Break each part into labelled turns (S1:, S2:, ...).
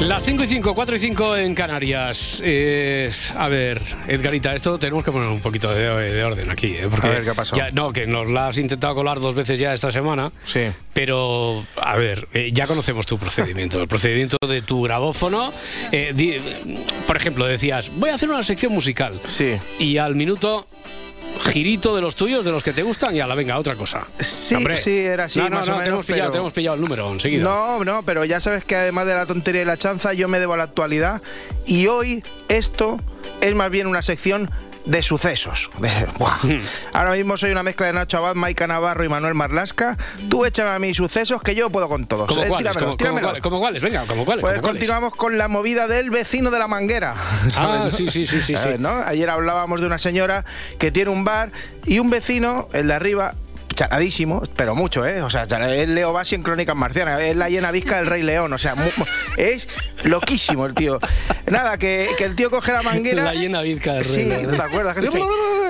S1: Las 5 y 5, 4 y 5 en Canarias. Eh, a ver, Edgarita, esto tenemos que poner un poquito de, de orden aquí. ¿eh? Porque
S2: A ver, ¿qué ha pasado?
S1: ya- no, que nos la has intentado colar dos veces ya esta semana.
S2: Sí.
S1: Pero, a ver, eh, ya conocemos tu procedimiento, el procedimiento de tu grabófono. Eh, di- por ejemplo, decías, voy a hacer una sección musical.
S2: Sí.
S1: Y al minuto, girito de los tuyos, de los que te gustan, y a la venga, otra cosa.
S2: Sí,
S1: Hombre.
S2: sí, era así,
S1: No, no,
S2: más
S1: no,
S2: o
S1: te
S2: menos,
S1: hemos pillado,
S2: pero-
S1: te hemos pillado el número enseguida.
S2: No, no, pero ya sabes que además de la tontería y la chanza, yo me debo a la actualidad. Y hoy esto es más bien una sección de sucesos. De- ¡buah! Ahora mismo soy una mezcla de Nacho Abad, Maika Navarro y Manuel Marlasca. Tú échame a mis sucesos que yo puedo con todos.
S1: ¿Cómo
S2: Eh,
S1: cuáles?
S2: tíramelos,
S1: ¿Cómo, cómo
S2: tíramelos.
S1: cuáles? ¿Cómo cuáles? Venga, ¿cómo cuáles?
S2: Pues
S1: ¿Cómo cuáles?
S2: continuamos con la movida del vecino de la manguera.
S1: Ah,
S2: ¿sabes, no?
S1: sí, sí, sí, sí. sí.
S2: ¿Sabes, no? Ayer hablábamos de una señora que tiene un bar y un vecino, el de arriba, charadísimo, pero mucho, ¿eh? O sea, chala- es Leo Bassi en Crónicas Marcianas, es la llena visca del Rey León, o sea, mu- mu- es loquísimo el tío. Nada, que, que el tío coge la manguera.
S1: La llena bizca de
S2: Sí,
S1: rey.
S2: ¿no te acuerdas? Que-
S1: Sí.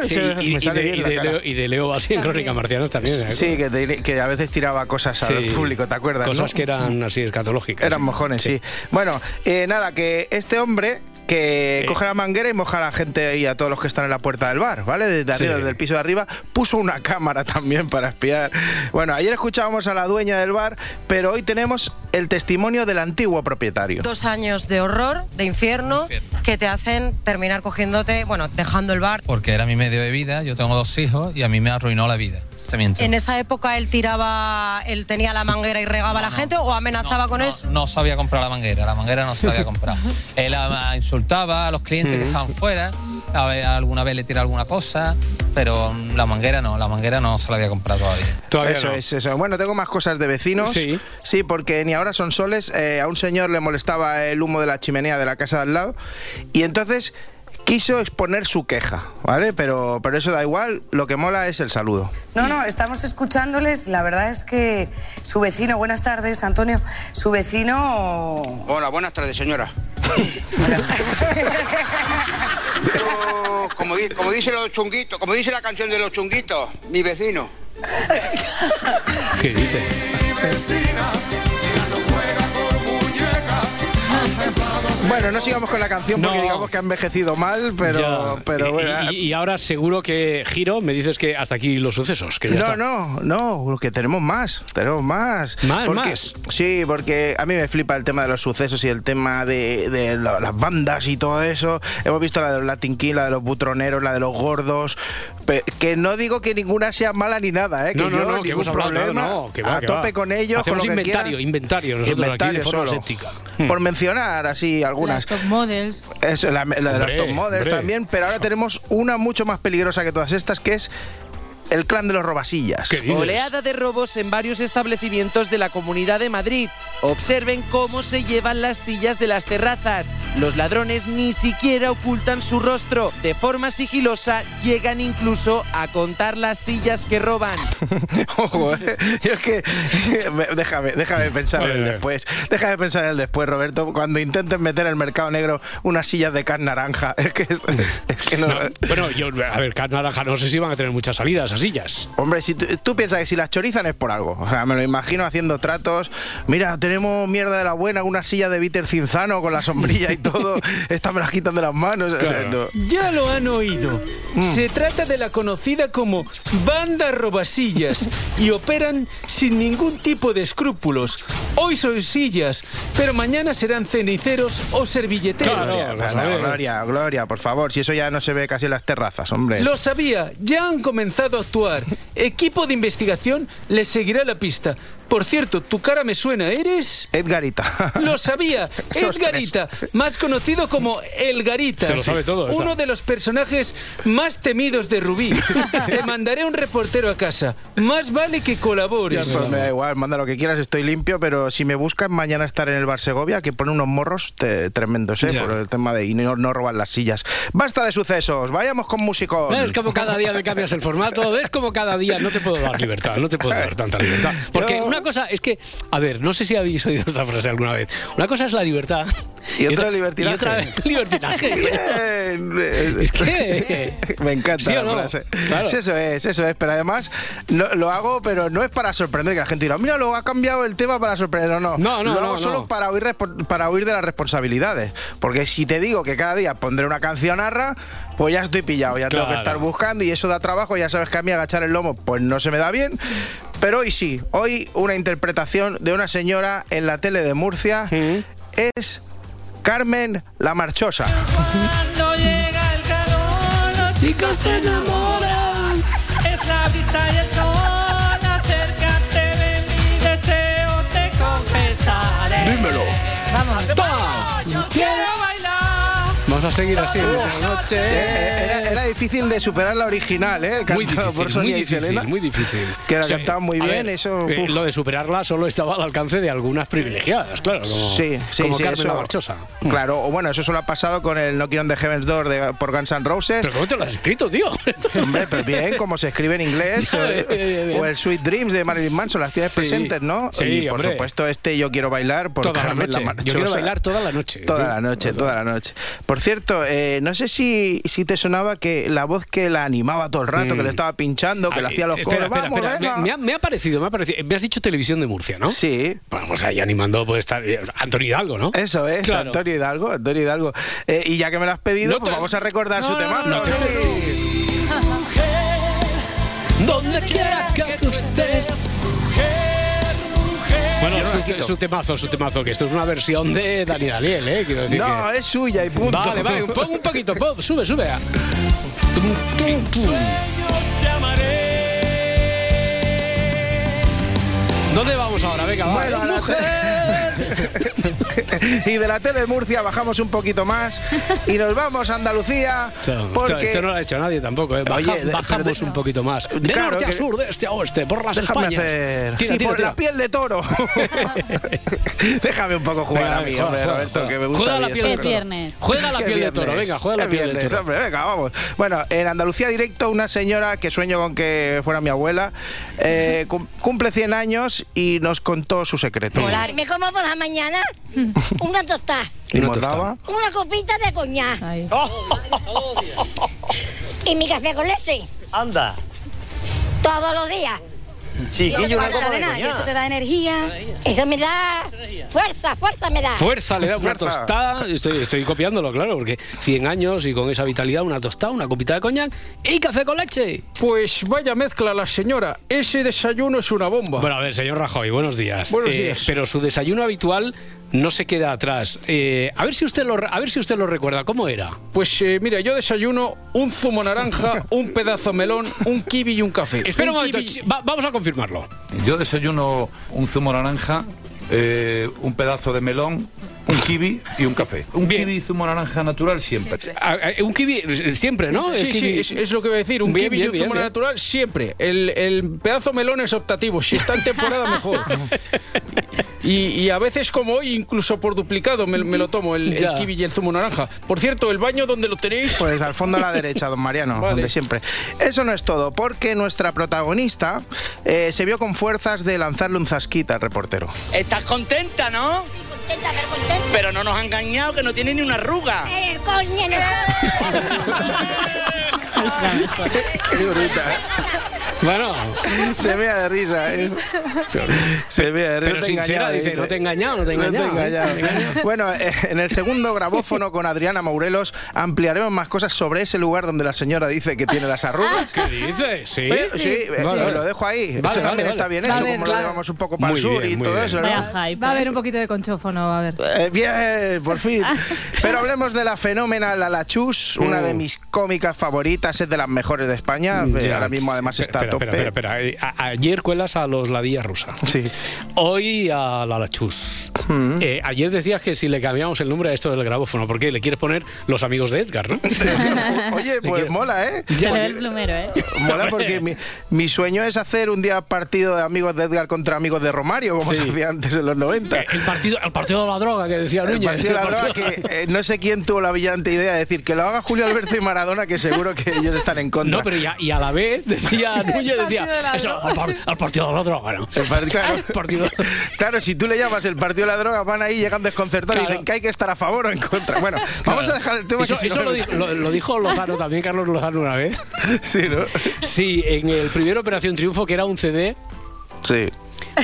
S1: Sí,
S2: Se-
S1: y,
S2: me
S1: y
S2: sale
S1: de,
S2: bien
S1: y
S2: la
S1: de
S2: cara.
S1: Leo, y de Leo Bassi en Crónica Marcianas también. ¿eh?
S2: Sí, que, te- que a veces tiraba cosas al
S1: Sí.
S2: público, ¿te acuerdas?
S1: Cosas
S2: no?
S1: que eran así escatológicas.
S2: Eran mojones, sí. Bueno, eh, nada, que este hombre que
S1: Eh.
S2: coge la manguera y moja a la gente y a todos los que están en la puerta del bar, ¿vale? Desde arriba,
S1: Sí.
S2: desde el piso de arriba, puso una cámara también para espiar. Bueno, ayer escuchábamos a la dueña del bar, pero hoy tenemos el testimonio del antiguo propietario.
S3: Dos años de horror, de infierno, que te hacen terminar cogiéndote, bueno, dejando el bar.
S4: porque era mi medio de vida, yo tengo dos hijos y a mí me arruinó la vida. Te miento.
S3: En esa época él tiraba, él tenía la manguera y regaba a la gente o amenazaba
S4: No,
S3: con
S4: no,
S3: eso.
S4: No sabía comprar la manguera, la manguera no sabía comprar. Él ah, insultaba a los clientes que estaban fuera, a ver, alguna vez le tiraba alguna cosa, pero mm, la manguera no, la manguera no se la había comprado todavía.
S1: Todavía
S2: eso
S1: no.
S2: es, eso. Bueno, tengo más cosas de vecinos.
S1: Sí.
S2: Sí, porque ni ahora son soles. eh, a un señor le molestaba el humo de la chimenea de la casa de al lado. Y entonces quiso exponer su queja, ¿vale? Pero, pero eso da igual, lo que mola es el saludo.
S5: No, no, estamos escuchándoles. La verdad es que su vecino, buenas tardes, Antonio, su vecino.
S6: Hola, buenas tardes, señora. Yo, como, di- como dice los chunguitos, como dice la canción de los chunguitos, mi vecino.
S1: ¿Qué dice?
S2: Bueno, no sigamos con la canción porque
S1: No.
S2: digamos que ha envejecido mal, pero,
S1: Ya.
S2: pero
S1: Y-
S2: bueno. ah.
S1: y, y ahora seguro que Giro me dices que hasta aquí los sucesos. Que ya
S2: no,
S1: está.
S2: no, no, que tenemos más, tenemos más.
S1: Más,
S2: Porque-
S1: más.
S2: Sí, porque a mí me flipa el tema de los sucesos y el tema de, de lo- las bandas y todo eso. Hemos visto la de los Latin Kings, la de los butroneros, la de los gordos. Pe- que no digo que ninguna sea mala ni nada, ¿eh?
S1: No,
S2: que
S1: no,
S2: yo
S1: no,
S2: ningún
S1: que hemos hablado,
S2: problema,
S1: no, no, que va,
S2: a
S1: que va.
S2: tope con ellos.
S1: Hacemos
S2: con lo que
S1: inventario,
S2: quieran.
S1: inventario nosotros aquí de
S2: Inventario
S1: forma
S2: solo.
S1: aséptica.
S2: Por
S1: Hmm.
S2: mencionar así algunas.
S7: Las top models.
S2: Eso, la, la de
S1: Hombre,
S2: los top models
S1: hombre.
S2: también, pero ahora tenemos una mucho más peligrosa que todas estas, que es el clan de los robasillas.
S1: ¿Qué dices?
S8: Oleada de robos en varios establecimientos de la Comunidad de Madrid. Observen cómo se llevan las sillas de las terrazas. Los ladrones ni siquiera ocultan su rostro. De forma sigilosa llegan incluso a contar las sillas que roban.
S2: Ojo, ¿eh? Yo es que me- déjame, déjame pensar
S1: Vale,
S2: en el
S1: vale.
S2: después. Déjame pensar en el después, Roberto. Cuando intenten meter en el mercado negro unas sillas de carne naranja, es que, esto- es que no- eh.
S1: No, bueno, yo, a ver, Carlos Naranja, no sé si van a tener muchas salidas a sillas.
S2: Hombre, si tú, tú piensas que si las chorizan es por algo. O sea, me lo imagino haciendo tratos. Mira, tenemos mierda de la buena, una silla de Víter Cinzano con la sombrilla y todo. Estas me las quitan de las manos. O sea,
S1: Claro.
S2: no. Mm.
S9: Ya lo han oído. Se trata de la conocida como banda robasillas y operan sin ningún tipo de escrúpulos. Hoy son sillas, pero mañana serán ceniceros o servilleteros.
S1: Claro.
S2: Gloria,
S1: o sea,
S2: no,
S1: a ver.
S2: Gloria, Gloria, por favor, si eso ya no se ve casi en las terrazas, hombre.
S9: Lo sabía, ya han comenzado a actuar Equipo de investigación les seguirá la pista. Por cierto, tu cara me suena, ¿eres?
S2: Edgarita.
S9: Lo sabía,
S2: Esos
S9: Edgarita, más conocido como El Garita.
S1: Se lo sabe todo, esta.
S9: Uno de los personajes más temidos de Rubí. Te mandaré un reportero a casa. Más vale que colabores.
S2: Pues me da igual, manda lo que quieras, estoy limpio, pero si me buscas mañana estar en el Bar Segovia, que pone unos morros te- tremendos, ¿eh?
S1: Ya.
S2: Por el tema de y no, no roban las sillas. Basta de sucesos, vayamos con músicos.
S1: ¿Ves como cada día me cambias el formato? ¿eh? ¿Ves como cada día no te puedo dar libertad? No te puedo dar tanta libertad. Porque
S2: Yo-
S1: una cosa Ah, es que, a ver, no sé si habéis oído esta frase alguna vez. Una cosa es la libertad.
S2: Y otra el
S1: Y otra
S2: libertinaje.
S1: el libertinaje.
S2: Bien, eh,
S1: Es que-
S2: me encanta
S1: ¿Sí o
S2: la
S1: no?
S2: frase.
S1: Claro.
S2: Sí, eso es, eso es. Pero además no- lo hago, pero no es para sorprender que la gente dirá, mira, lo ha cambiado el tema para sorprender. No, no.
S1: No, no,
S2: lo
S1: no,
S2: hago solo
S1: no.
S2: para huir respo- para huir de las responsabilidades. Porque si te digo que cada día pondré una canción arra, pues ya estoy pillado, ya tengo que
S1: Claro.
S2: estar buscando y eso da trabajo. Ya sabes que a mí agachar el lomo, pues no se me da bien. Pero hoy sí, hoy una interpretación de una señora en la tele de Murcia
S1: Sí.
S2: es Carmen la Marchosa.
S7: Cuando llega el calor, los chicos se enamoran. Es la vista y el sol, acércate de mi deseo, te confesaré. Dímelo.
S3: Vamos.
S7: Yo quiero bailar.
S1: Vamos a seguir así. esta
S2: Eh, Era,
S1: noche.
S2: era difícil de superar la original, ¿eh?
S1: Muy
S2: Cantada
S1: difícil,
S2: por Sonia
S1: muy
S2: y
S1: difícil,
S2: Selena.
S1: muy difícil.
S2: Que la
S1: O sea,
S2: cantaban muy
S1: a
S2: bien, eso,
S1: eh,
S2: puf.
S1: lo de superarla solo estaba al alcance de algunas privilegiadas, Pues claro. Como,
S2: Sí, sí,
S1: como
S2: sí,
S1: Carmen
S2: eso-
S1: la Marchosa.
S2: Claro, o bueno, eso solo ha pasado con el No Quiero de Heaven's Door de, por Guns N' Roses.
S1: Pero ¿cómo te lo has escrito, tío?
S2: Hombre, pero bien, como se escribe en inglés.
S1: Ya,
S2: o,
S1: bien, bien, bien.
S2: eh. o el Sweet Dreams de Marilyn Manson, las ciudades
S1: Sí.
S2: presentes, ¿no?
S1: Sí,
S2: y por
S1: hombre.
S2: supuesto, este Yo Quiero Bailar por
S1: toda la
S2: Carmen
S1: noche.
S2: Marchosa.
S1: Yo quiero bailar toda la noche.
S2: Toda la noche, toda la noche. Por cierto, eh, no sé si, si te sonaba que la voz que la animaba todo el rato, que le estaba pinchando, que le
S1: Mm. Ay,
S2: hacía los
S1: espera,
S2: coros.
S1: espera,
S2: "Vamos,
S1: espera.
S2: venga".
S1: Me, me ha, me ha parecido, me ha parecido. Me has dicho televisión de Murcia, ¿no?
S2: Sí,
S1: Bueno, pues ahí animando puede estar eh, Antonio Hidalgo, ¿no?
S2: Eso es,
S1: Claro.
S2: Antonio Hidalgo, Antonio Hidalgo. Eh, y ya que me lo has pedido,
S1: No
S2: pues
S1: te-
S2: vamos a recordar
S1: No,
S2: su
S1: no,
S2: tema.
S1: no, no,
S2: Sí.
S1: Donde quiera que tú estés. Bueno, su, su temazo, su temazo, que esto es una versión de Dani Daniel, ¿eh? Quiero decir
S2: No,
S1: que...
S2: es suya y punto.
S1: Vale, vale, pon un poquito, pop, sube, sube. ¿Dónde vamos ahora? Venga, va.
S2: Bueno, a la y de la tele de Murcia bajamos un poquito más y nos vamos a Andalucía
S1: Esto, esto-
S2: porque...
S1: esto no lo ha hecho nadie tampoco, ¿eh? Baja-
S2: Oye, de-
S1: bajamos
S2: pero de-
S1: un poquito más. De
S2: Claro
S1: norte a
S2: que-
S1: sur, de este a oeste, por las
S2: Déjame
S1: Españas.
S2: hacer...
S1: Tira,
S2: sí,
S1: tira,
S2: por
S1: tira.
S2: la piel de toro. Déjame un poco jugar
S1: Venga,
S2: a mí,
S1: juega,
S2: hombre,
S1: juega,
S2: Roberto,
S1: juega.
S2: que me gusta
S1: Juega
S2: a mí
S1: la
S2: esto.
S1: piel de
S7: Es
S1: toro.
S7: viernes.
S1: Juega la
S2: Qué
S1: piel de
S2: viernes,
S1: toro, venga, juega la
S2: qué
S1: piel de
S2: viernes,
S1: toro.
S2: hombre, venga, vamos. Bueno, en Andalucía Directo, una señora que sueño con que fuera mi abuela, eh, cum- cumple 100 años y nos contó su secreto.
S10: Me como por la mañana una tostada,
S2: Y
S1: Una
S2: nos
S1: tostada.
S2: daba
S10: una copita de coñac
S7: Ay.
S10: y mi café con leche
S4: Anda,
S10: todos los días.
S4: chiquillo, una copa de
S10: eso te da energía. Eso me da fuerza, fuerza me da.
S1: Fuerza, le da una
S2: Fuerza.
S1: tostada. Estoy, estoy copiándolo, claro, porque 100 años y con esa vitalidad, una tostada, una copita de coñac y café con leche.
S9: Pues vaya mezcla la señora. Ese desayuno es una bomba.
S1: Bueno, a ver, señor Rajoy, buenos días. Eh,
S9: Buenos días.
S1: Pero su desayuno habitual no se queda atrás. Eh, a, ver si usted lo, re- a ver si usted lo recuerda, ¿cómo era?
S9: Pues eh, mira, yo desayuno un zumo naranja, un pedazo de melón, un kiwi y un café.
S1: Espera un momento,
S9: kiwi-
S1: ch- va- vamos a confirmarlo.
S11: Yo desayuno un zumo naranja, eh, un pedazo de melón, un kiwi y un café. Un
S1: Bien.
S11: kiwi y zumo naranja natural siempre.
S1: Ah, ah, Un kiwi eh, siempre, ¿no? El
S9: Sí, sí,
S1: kiwi-
S9: es, es lo que voy a decir. Un
S1: Bien,
S9: kiwi y
S1: bien,
S9: un
S1: bien,
S9: zumo
S1: bien.
S9: natural siempre. El, el pedazo de melón es optativo. Si está en temporada, mejor. Y, y a veces, como hoy, incluso por duplicado me, me lo tomo, el, el
S1: Ya.
S9: kiwi y el zumo naranja. Por cierto, el baño donde lo tenéis...
S2: Pues al fondo a la derecha, don Mariano,
S9: Vale.
S2: donde siempre. Eso no es todo, porque nuestra protagonista eh, se vio con fuerzas de lanzarle un zasquita al reportero.
S7: Estás contenta, ¿no?
S10: Contenta, pero contenta.
S7: Pero no nos ha engañado, que no tiene ni una arruga.
S10: El coño no
S2: Qué bruta, ¿eh?
S1: Bueno,
S2: Se mea de risa, ¿eh? Se mea de risa.
S1: pero
S2: te he
S1: sincera,
S2: engañado,
S1: dice, no te he engañado, no te he
S2: No te he
S1: engañado.
S2: engañado. Bueno, eh, en el segundo grabófono con Adriana Maurelos ampliaremos más cosas sobre ese lugar donde la señora dice que tiene las arrugas.
S1: ¿Qué dices? Sí.
S2: Eh, Sí, eh,
S1: Vale,
S2: lo
S1: vale.
S2: dejo ahí.
S1: Vale,
S2: Esto
S1: vale,
S2: también
S1: vale.
S2: está bien
S1: Va
S2: hecho,
S1: a
S12: ver,
S2: como lo
S12: claro.
S2: llevamos un poco para
S1: Muy
S2: el sur
S1: bien,
S2: y
S1: muy
S2: todo
S1: bien.
S2: eso, ¿no?
S12: Vaya hype. Va a
S7: ¿eh?
S12: haber un poquito de conchófono, va a haber.
S2: Eh, bien, por fin. Pero hablemos de la fenómena Lala Chus, una de mis cómicas favoritas, es de las mejores de España.
S1: Mm,
S2: Eh,
S1: ya,
S2: Ahora mismo además
S1: sí,
S2: está
S1: pero- espera, espera, espera. Eh, a- ayer cuelas a los ladillas rusa.
S2: Sí. Mm.
S1: Hoy a la lachus. Eh, ayer decías que si le cambiamos el nombre a esto del grabófono, porque le quieres poner los amigos de Edgar, ¿no?
S2: Oye, pues mola, ¿eh?
S13: Se le ve el plumero, ¿eh?
S2: Mola porque mi, mi sueño es hacer un día partido de amigos de Edgar contra amigos de Romario, como se hacía antes en los 90.
S1: Eh, El partido, el partido de la droga que decía
S2: El
S1: Núñez.
S2: partido de la
S1: El
S2: droga
S1: partido-
S2: que eh, no sé quién tuvo la brillante idea de decir que lo haga Julio Alberto y Maradona, que seguro que ellos están en contra.
S1: No, pero ya- y a la vez decía Núñez, decía, eso, al, par- al partido de la droga, ¿no?
S2: El par- claro.
S1: Al partido.
S2: Claro, si tú le llamas el partido de la droga, van ahí llegan desconcertados y dicen que hay que estar a favor o en contra. Bueno, vamos
S1: Claro.
S2: a dejar el tema
S1: Eso,
S2: que si
S1: eso
S2: no-
S1: lo, dijo- lo- lo dijo Lozano también, Carlos Lozano, una vez.
S2: Sí, ¿no?
S1: Sí, en el primer Operación Triunfo, que era un CD.
S2: Sí.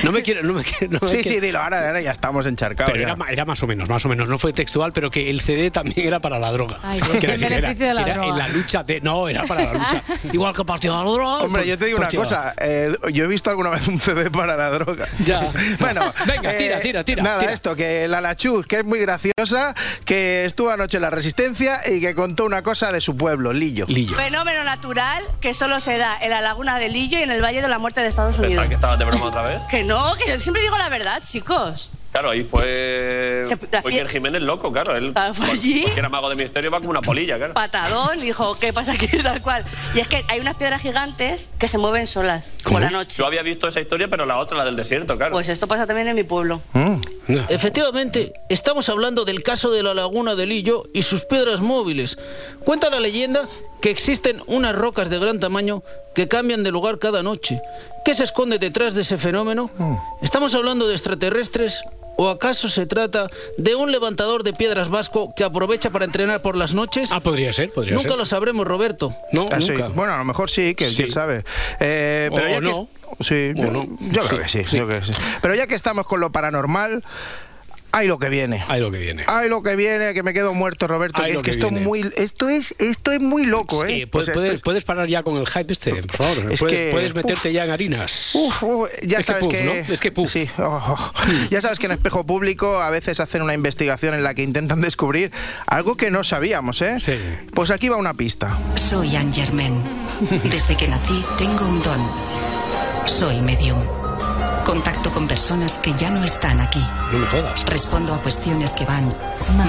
S1: No me quiero. No me quiero no me
S2: Sí,
S1: quiero-
S2: sí, dilo, ahora, ahora ya estamos encharcados.
S1: Pero
S2: ya.
S1: era, ma- era más o menos, más o menos. No fue textual, pero que el CD también era para la droga.
S2: Ay,
S1: Quiero
S2: sí, el
S1: era-
S2: beneficio de la
S1: era
S2: droga.
S1: en la lucha de. No, era para la lucha. Igual que el partido de la droga. pues,
S2: Hombre,
S1: por-
S2: yo te digo una
S1: partido-
S2: cosa. eh, yo he visto alguna vez un CD para la droga.
S1: Ya.
S2: bueno, eh,
S1: Venga, tira, tira, tira,
S2: Nada,
S1: tira.
S2: esto, que la Lachus, que es muy graciosa, que estuvo anoche en la Resistencia y que contó una cosa de su pueblo, Lillo.
S1: Lillo.
S14: Fenómeno natural que solo se da en la laguna de Lillo y en el Valle de la Muerte de Estados Unidos.
S15: Pensaba que estabas de broma otra vez.
S14: Que no, que yo siempre digo la verdad, chicos.
S15: Claro, ahí fue.
S14: Se- la
S15: Fue Iker
S14: pie-
S15: Jiménez loco, claro. Él,
S14: Ah, fue allí.
S15: Porque era mago de misterio, va como una polilla, claro.
S14: Patadón, dijo, ¿qué pasa aquí? Tal cual. Y es que hay unas piedras gigantes que se mueven solas por la noche.
S15: Yo había visto esa historia, pero la otra, la del desierto, claro.
S14: Pues esto pasa también en mi pueblo.
S1: Mm.
S16: Efectivamente, estamos hablando del caso de la laguna de Lillo y sus piedras móviles. Cuenta la leyenda que existen unas rocas de gran tamaño que cambian de lugar cada noche. ¿Qué se esconde detrás de ese fenómeno?
S1: Mm.
S16: ¿Estamos hablando de extraterrestres? ¿O acaso se trata de un levantador de piedras vasco que aprovecha para entrenar por las noches?
S1: Ah, podría ser, podría
S16: Nunca
S1: ser.
S16: lo sabremos, Roberto.
S1: No,
S2: Ah, sí.
S1: nunca.
S2: Bueno, a lo mejor sí, que quién sabe. Eh, pero
S1: O
S2: ya que-
S1: no.
S2: sí,
S1: O
S2: yo,
S1: no.
S2: yo
S1: Sí,
S2: creo que sí, yo creo que sí. Pero ya que estamos con lo paranormal, hay lo que viene.
S1: Hay lo que viene.
S2: Ay, lo que viene, que me quedo muerto, Roberto.
S1: Ay,
S2: que
S1: lo
S2: es que
S1: que
S2: esto, es
S1: viene.
S2: muy, eh, esto, es, esto es muy loco,
S1: Sí,
S2: ¿eh?
S1: pu-
S2: O sea, esto
S1: puedes,
S2: es-
S1: puedes parar ya con el hype este, por favor.
S2: Es
S1: puedes,
S2: que-
S1: puedes meterte
S2: uf.
S1: ya en harinas.
S2: Uf, uf, ya
S1: Es que
S2: sabes
S1: puff,
S2: que,
S1: ¿no? Es que puff. Mm.
S2: Sí, oh, oh. Ya sabes que en Espejo Público a veces hacen una investigación en la que intentan descubrir algo que no sabíamos, ¿eh? Sí. Pues aquí va una pista.
S17: Soy Anne Germain. Desde que nací tengo un don. Soy medium. Contacto con personas que ya no están aquí.
S1: No me jodas.
S17: Respondo a cuestiones que van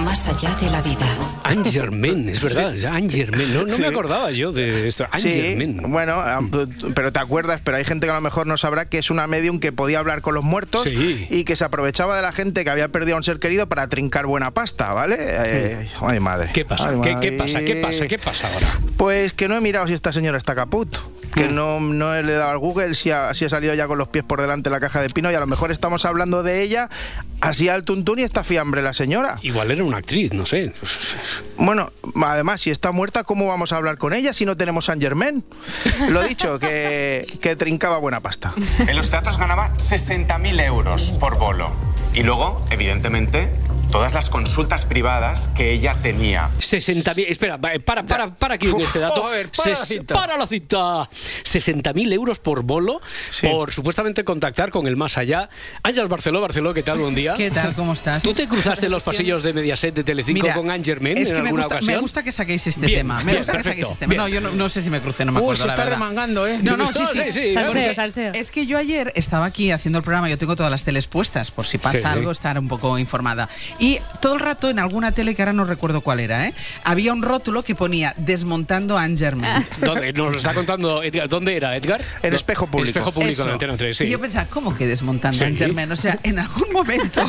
S17: más allá de la vida.
S1: Angermen, es verdad.
S2: Sí.
S1: Angermen. No, no
S2: Sí.
S1: me acordaba yo de esto.
S2: Sí,
S1: Angermen.
S2: bueno, ah, p- pero te acuerdas, pero hay gente que a lo mejor no sabrá que es una medium que podía hablar con los muertos
S1: Sí.
S2: y que se aprovechaba de la gente que había perdido a un ser querido para trincar buena pasta, ¿vale? Eh, ay, madre.
S1: ¿Qué pasa?
S2: Ay,
S1: ¿Qué, qué
S2: madre.
S1: pasa? ¿Qué pasa? ¿Qué pasa ahora?
S2: Pues que no he mirado si esta señora está caput. Que no, no le he dado al Google si ha, si ha salido ya con los pies por delante de la caja de pino y a lo mejor estamos hablando de ella así al tuntún y está fiambre la señora.
S1: Igual era una actriz, no sé.
S2: Bueno, además, si está muerta, ¿cómo vamos a hablar con ella si no tenemos San Germain? Lo dicho, que, que trincaba buena pasta.
S18: En los teatros ganaba 60.000 euros por bolo. Y luego, evidentemente, todas las consultas privadas que ella tenía.
S1: 60.000. Espera, va, eh, para, para, para aquí en este dato.
S18: Joder, para la
S1: Ses-
S18: cinta.
S1: para la cinta. 60.000 euros por bolo por supuestamente contactar con el más allá. Ángel Barceló, Barceló, ¿qué tal? Buen día.
S19: ¿Qué tal? ¿Cómo estás?
S1: ¿Tú te cruzaste en los pasillos de Mediaset de Telecinco
S19: Mira,
S1: con Angermen
S19: es
S1: en
S19: que me
S1: alguna
S19: gusta,
S1: ocasión?
S19: Me gusta que saquéis este
S1: Bien,
S19: tema. Me
S1: bien,
S19: gusta que
S1: perfecto,
S19: saquéis este tema. No,
S1: bien.
S19: yo no, no sé si me crucé, no me
S1: Uy,
S19: acuerdo.
S1: se
S19: la
S1: está
S19: verdad.
S1: remangando, ¿eh?
S19: No, no, sí,
S1: No,
S19: sí.
S1: sí, sí, Salseo,
S19: Porque
S1: salseo.
S19: Es que yo ayer estaba aquí haciendo el programa, yo tengo todas las teles puestas, por si pasa
S20: Sí.
S19: algo, estar un poco informada. Y todo el rato en alguna tele, que ahora no recuerdo cuál era, ¿eh? había un rótulo que ponía desmontando a
S1: Ah.
S19: Angerman.
S1: ¿Dónde? Nos lo está contando Edgar. ¿Dónde era, Edgar?
S19: El
S1: No,
S19: espejo
S1: El
S19: público.
S1: espejo público
S19: Eso.
S1: de Antena 3, sí.
S19: Y yo pensaba, ¿cómo que desmontando
S1: Sí.
S19: a Angerman? O sea, en algún momento.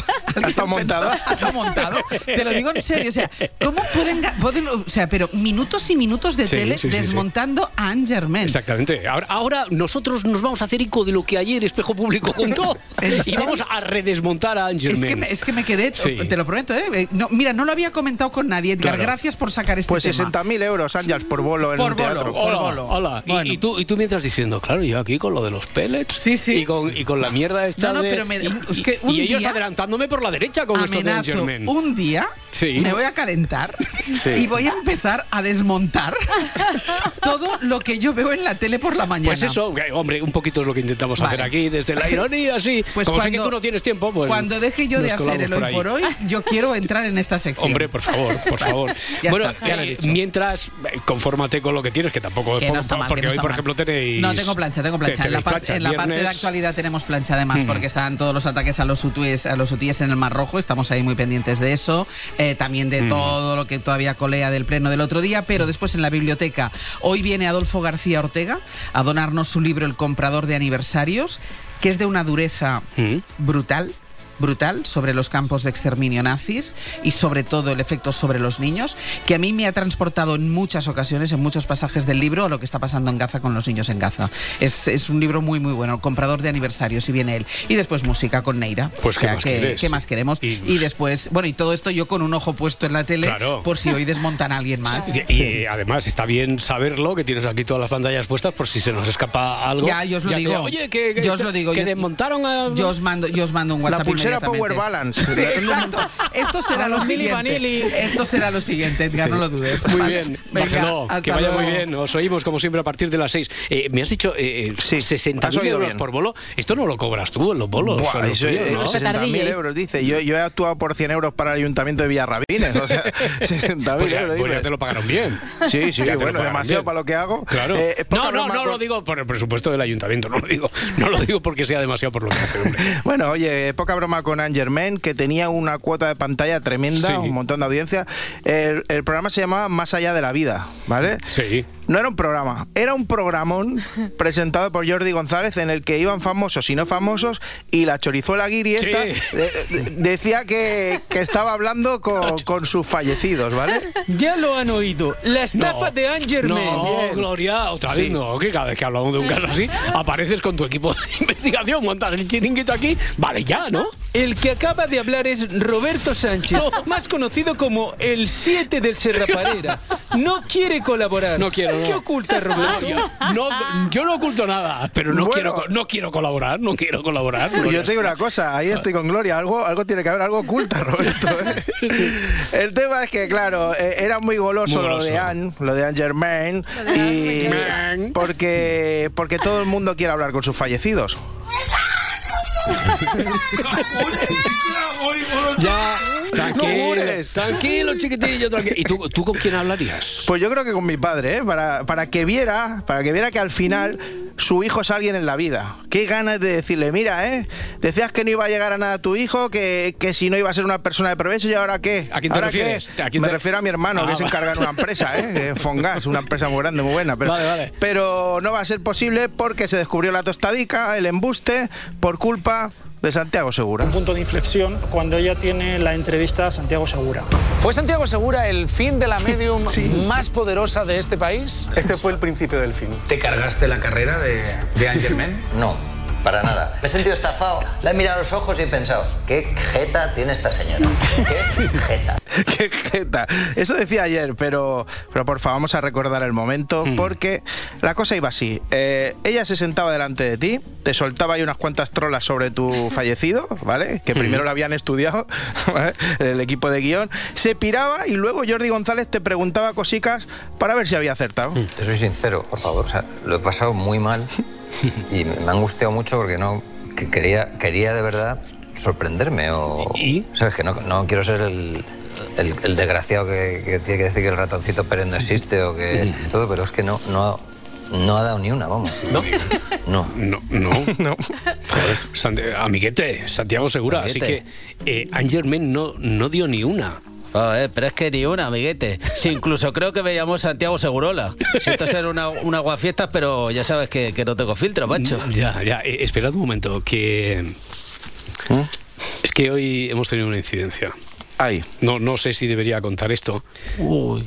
S19: ¿Está
S2: montado?
S19: ¿Está montado? Te lo digo en serio. O sea, ¿cómo pueden. ga- pueden- o sea, pero minutos y minutos de
S1: Sí,
S19: tele
S1: sí, sí, sí.
S19: desmontando a Angerman.
S1: Exactamente. Ahora, ahora nosotros nos vamos a hacer eco de lo que ayer Espejo Público contó.
S19: ¿En
S1: y
S19: serio?
S1: vamos a redesmontar a Ángel
S19: Es que, me, es que me quedé,
S1: Sí.
S19: te lo prometo, ¿eh? Eh, No, mira, no lo había comentado con nadie, Edgar.
S1: Claro.
S19: Gracias por sacar este
S2: Pues
S19: tema.
S2: 60.000 euros, Ángel, por bolo en
S19: Por
S2: un
S19: bolo,
S2: teatro.
S19: por bolo.
S1: Hola, y-
S19: Bueno.
S1: y, tú, y tú mientras diciendo, claro, yo aquí con lo de los pellets y, con, y con la mierda esta
S19: No, no,
S1: de-
S19: pero me-
S1: y,
S19: es que
S1: y-
S19: un
S1: y ellos
S19: día-
S1: adelantándome por la derecha con esto de
S19: Amenazo,
S1: Ángel Men.
S19: un día
S1: Sí.
S19: me voy a calentar
S1: Sí.
S19: y voy a empezar a desmontar todo lo que yo veo en la tele por la mañana.
S1: Pues eso, que, hombre, un poquito es lo que intentamos
S19: Vale.
S1: hacer aquí, desde la ironía, sí.
S19: Pues
S1: Como sé
S19: cuando-
S1: que tú no tienes tiempo, pues
S19: Cuando deje yo de
S1: nos
S19: hacer
S1: colamos
S19: el hoy por,
S1: ahí.
S19: hoy, yo quiero entrar en esta sección.
S1: Hombre, por favor, por favor.
S19: Ya
S1: bueno,
S19: está, ya lo he
S1: eh,
S19: dicho.
S1: mientras, eh, confórmate con lo que tienes, que tampoco es
S19: Que
S1: poco,
S19: no está mal,
S1: porque
S19: que no
S1: hoy,
S19: está
S1: por
S19: mal.
S1: ejemplo, tenéis...
S19: No, tengo plancha, tengo plancha.
S1: te-
S19: en la,
S1: tenéis
S19: par-
S1: plancha.
S19: en la parte de
S1: Viernes-
S19: actualidad tenemos plancha, además,
S1: Mm.
S19: porque están todos los ataques a los hutíes, a los hutíes en el Mar Rojo. Estamos ahí muy pendientes de eso. eh, también de
S1: Mm.
S19: todo lo que todavía colea del pleno del otro día. Pero después en la biblioteca, hoy viene Adolfo García Ortega a donarnos su libro El comprador de aniversarios, que es de una dureza
S1: Hmm.
S19: brutal brutal sobre los campos de exterminio nazis y sobre todo el efecto sobre los niños, que a mí me ha transportado en muchas ocasiones, en muchos pasajes del libro, a lo que está pasando en Gaza con los niños en Gaza. Es, es un libro muy, muy bueno, el comprador de aniversarios, si viene él. Y después música con Neira.
S1: Pues,
S19: O
S1: ¿qué
S19: sea,
S1: más quieres?
S19: ¿qué más queremos? Y, después, bueno, y todo esto yo con un ojo puesto en la tele,
S1: Claro.
S19: por si hoy desmontan a alguien más.
S1: Y, y, eh, además está bien saberlo, que tienes aquí todas las pantallas puestas por si se nos escapa algo.
S19: Ya, yo os lo
S1: te-
S19: digo.
S1: Oye, que, que
S19: yo os
S1: este-
S19: lo digo.
S1: que
S19: yo-
S1: desmontaron a...
S19: Yo os mando, yo os mando un
S1: La
S19: WhatsApp
S1: pulsera
S19: inmediatamente.
S1: Power Balance.
S19: Sí, exacto. Esto será
S1: A
S19: lo
S1: los Mili Vanilli.
S19: siguiente. Esto será lo siguiente, Edgar, no lo dudes.
S1: Muy
S19: Vale.
S1: bien,
S19: Venga,
S1: bájelo,
S19: hasta
S1: que vaya muy
S19: luego.
S1: bien. Os oímos, como siempre, a partir de las 6. Me has dicho eh, eh, 60.000
S2: has oído
S1: euros
S2: bien.
S1: por bolo. Esto no lo cobras tú en los bolos.
S2: Buah,
S1: en los
S2: eso
S1: tuyos,
S2: es
S1: ¿no?
S2: 60.000 euros, dice. Yo, yo he actuado por 100 euros para el ayuntamiento de Villarrabines. O sea, 60.000
S1: Pues ya,
S2: euros.
S1: pues
S2: dice.
S1: ya te lo pagaron bien.
S2: Sí, sí,
S1: Ya te lo
S2: bueno,
S1: pagaron
S2: demasiado
S1: bien.
S2: para lo que hago.
S1: Claro.
S2: Eh, es poca
S1: no, no,
S2: broma
S1: no
S2: con-
S1: lo digo por el presupuesto del ayuntamiento, no lo digo. No lo digo porque sea demasiado por lo que hace, hombre.
S2: Bueno, oye, poca broma con Angerman, que tenía una cuota de pantalla tremenda,
S1: Sí.
S2: un montón de audiencia. El, el programa se llamaba Más allá de la vida, ¿vale?
S1: Sí.
S2: No era un programa, era un programón presentado por Jordi González en el que iban famosos y no famosos y la chorizuela guiri
S1: Sí.
S2: esta de- de- decía que, que estaba hablando con, con sus fallecidos, ¿vale?
S9: Ya lo han oído. La estafa de Angerman.
S1: No, Gloria, otra vez
S9: Sí.
S1: no, que cada vez que hablamos de un caso así, apareces con tu equipo de investigación, montas el chiringuito aquí, vale ya, ¿no?
S9: El que acaba de hablar es Roberto Sánchez, más conocido como el 7 del Serraparera. No quiere colaborar.
S1: No quiero, no.
S9: ¿Qué oculta, Roberto?
S1: No, yo, no, yo no oculto nada, Ah, pero no,
S2: Bueno.
S1: quiero, co- no quiero colaborar, no quiero colaborar.
S2: Y
S1: Gloria.
S2: yo te digo una cosa, ahí estoy con Gloria, algo, algo tiene que haber, algo oculta, Roberto. ¿eh? El tema es que, claro, eh, era muy goloso,
S1: Muy
S2: lo de
S1: goloso.
S2: Anne, lo de Anne Germain,
S1: Lo de Anne
S2: y-
S1: Germain.
S2: porque, porque todo el mundo quiere hablar con sus fallecidos.
S1: Ya,
S2: No
S1: tranquilo,
S2: jures.
S1: tranquilo, chiquitillo, tranquilo. ¿Y tú, tú con quién hablarías?
S2: Pues yo creo que con mi padre, ¿eh? para, para que viera, para que viera que al final su hijo es alguien en la vida. Qué ganas de decirle, mira, ¿eh? Decías que no iba a llegar a nada tu hijo, que, que si no iba a ser una persona de provecho, ¿y ahora qué?
S1: ¿A quién te
S2: ¿Ahora
S1: refieres?
S2: qué?
S1: ¿A quién
S2: Me
S1: te-
S2: refiero a mi hermano,
S1: Ah,
S2: que se
S1: va.
S2: encarga en una empresa, ¿eh? En Fongas, una empresa muy grande, muy buena. Pero,
S1: Vale, vale.
S2: pero no va a ser posible porque se descubrió la tostadica, el embuste, por culpa de Santiago Segura.
S13: Un punto de inflexión cuando ella tiene la entrevista a Santiago Segura.
S20: ¿Fue Santiago Segura el fin de la medium más poderosa de este país?
S13: Ese fue el principio del fin.
S20: ¿Te cargaste la carrera de, de Angerman?
S21: No, para nada. Me he sentido estafado. La he mirado a los ojos y he pensado, ¿qué jeta tiene esta señora? ¿Qué jeta?
S2: ¡Qué jeta! Eso decía ayer, pero, pero por favor, vamos a recordar el momento,
S1: Hmm.
S2: porque la cosa iba así. Eh, ella se sentaba delante de ti, te soltaba ahí unas cuantas trolas sobre tu fallecido, ¿vale?
S1: Hmm.
S2: Que primero lo habían estudiado, ¿vale? el equipo de guión. Se piraba y luego Jordi González te preguntaba cositas para ver si había acertado.
S21: Te soy sincero, por favor. O sea, lo he pasado muy mal y me ha angustiado mucho porque no que quería, quería de verdad sorprenderme o... ¿Sabes? Que no, no quiero ser el, el- el desgraciado que, que tiene que decir que el ratoncito Pérez no existe o que todo, pero es que no, no, no ha dado ni una, vamos. ¿No? No.
S1: No, no. Joder, Sant- amiguete, Santiago Segura.
S20: Amiguete.
S1: Así que eh, Angerman no, no dio ni una.
S16: Joder, pero es que ni una, amiguete. Sí, incluso creo que me llamó Santiago Segurola. Siento ser una, un aguafiestas, pero ya sabes que, que no tengo filtro, macho.
S1: Ya, ya, eh, esperad un momento, que.
S2: ¿Eh?
S1: Es que hoy hemos tenido una incidencia.
S2: Ahí.
S1: No, no sé si debería contar esto,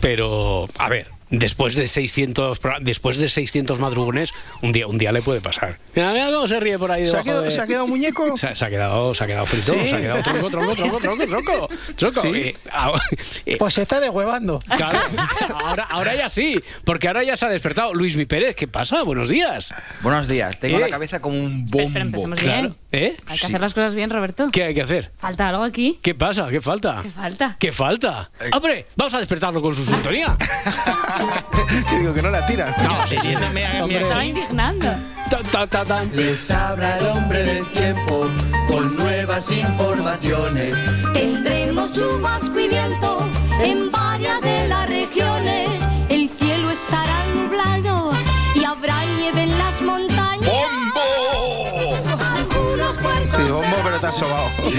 S1: pero a ver, después de 600 pro- después de 600 madrugones, un día un día le puede pasar. Mira, mira cómo se ríe por ahí
S2: ¿Se ha
S1: debajo
S2: quedado-
S1: de-
S2: se ha quedado muñeco?
S1: Se, ha- se ha quedado, se ha quedado frito,
S2: Sí.
S1: se ha quedado tronco, tronco, tronco, tronco, tronco. tronco.
S2: Sí.
S1: Eh, ahora- eh,
S16: Pues se está deshuevando.
S1: claro, ahora, ahora ya sí, porque ahora ya se ha despertado. Luis Mi Pérez, ¿qué pasa? Buenos días.
S22: Buenos días. Tengo
S1: Eh.
S22: la cabeza como un
S1: Pero
S22: bombo.
S1: empecemos bien. Claro. ¿Eh?
S12: Hay que hacer las cosas bien, Roberto.
S1: ¿Qué hay que hacer?
S12: ¿Falta algo aquí?
S1: ¿Qué pasa? ¿Qué falta?
S12: ¿Qué falta?
S1: ¿Qué falta?
S22: Eh.
S1: ¡Hombre! Vamos a despertarlo con su sintonía.
S2: Yo digo que no la tiran.
S1: No, sí, sí, no, me- me-
S12: Me estaba indignando.
S23: Les habla el hombre del tiempo con nuevas informaciones.
S5: Tendremos chubasco y viento en varias de las regiones. El cielo estará nublado y habrá nieve en las montañas. ¡Bombo! Algunos puertos
S2: Sí, bombo, pero te has sobado.
S22: No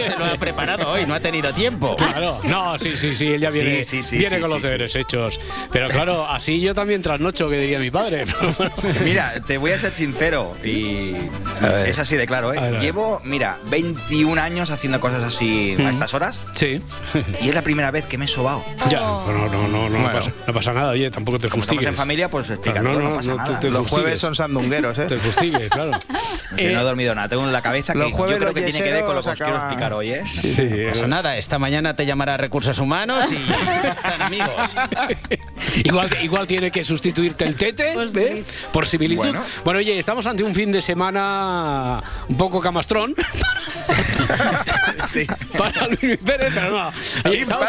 S22: se lo ha preparado hoy, no ha tenido tiempo.
S1: Claro, no, sí, sí, sí, él ya viene,
S22: Sí, sí, sí,
S1: viene
S22: sí,
S1: con
S22: sí,
S1: los
S22: sí.
S1: deberes hechos. Pero claro, así yo también trasnocho, que diría mi padre.
S22: Mira, te voy a ser sincero y es así de claro, ¿eh?
S1: A ver, a ver.
S22: Llevo, mira, 21 años haciendo cosas así
S1: Mm.
S22: a estas horas.
S1: Sí.
S22: Y es la primera vez que me he sobado.
S1: Ya, no, no, no, no, no pasa, no pasa nada, oye, tampoco te
S22: estamos
S1: fustigues.
S22: en familia, pues, explica
S1: Claro,
S22: todo, no pasa nada. Los jueves son
S2: sandungueros, ¿eh?
S1: Te fustigues, claro.
S22: Que no he dormido nada, tengo en la cabeza que
S2: Los
S22: yo
S2: jueves
S22: creo
S2: los
S22: que tiene que ver con lo
S2: yeseros
S22: que os quiero
S2: acaban-
S22: explicar hoy, ¿eh?
S1: Sí,
S22: eh.
S20: no pasa nada, esta mañana te llamará Recursos Humanos y
S1: Igual, igual tiene que sustituirte el tete ¿eh? por similitud. Bueno.
S22: Bueno.
S1: oye, estamos ante un fin de semana un poco camastrón. Para Luis Pérez, pero no. Oye, estamos,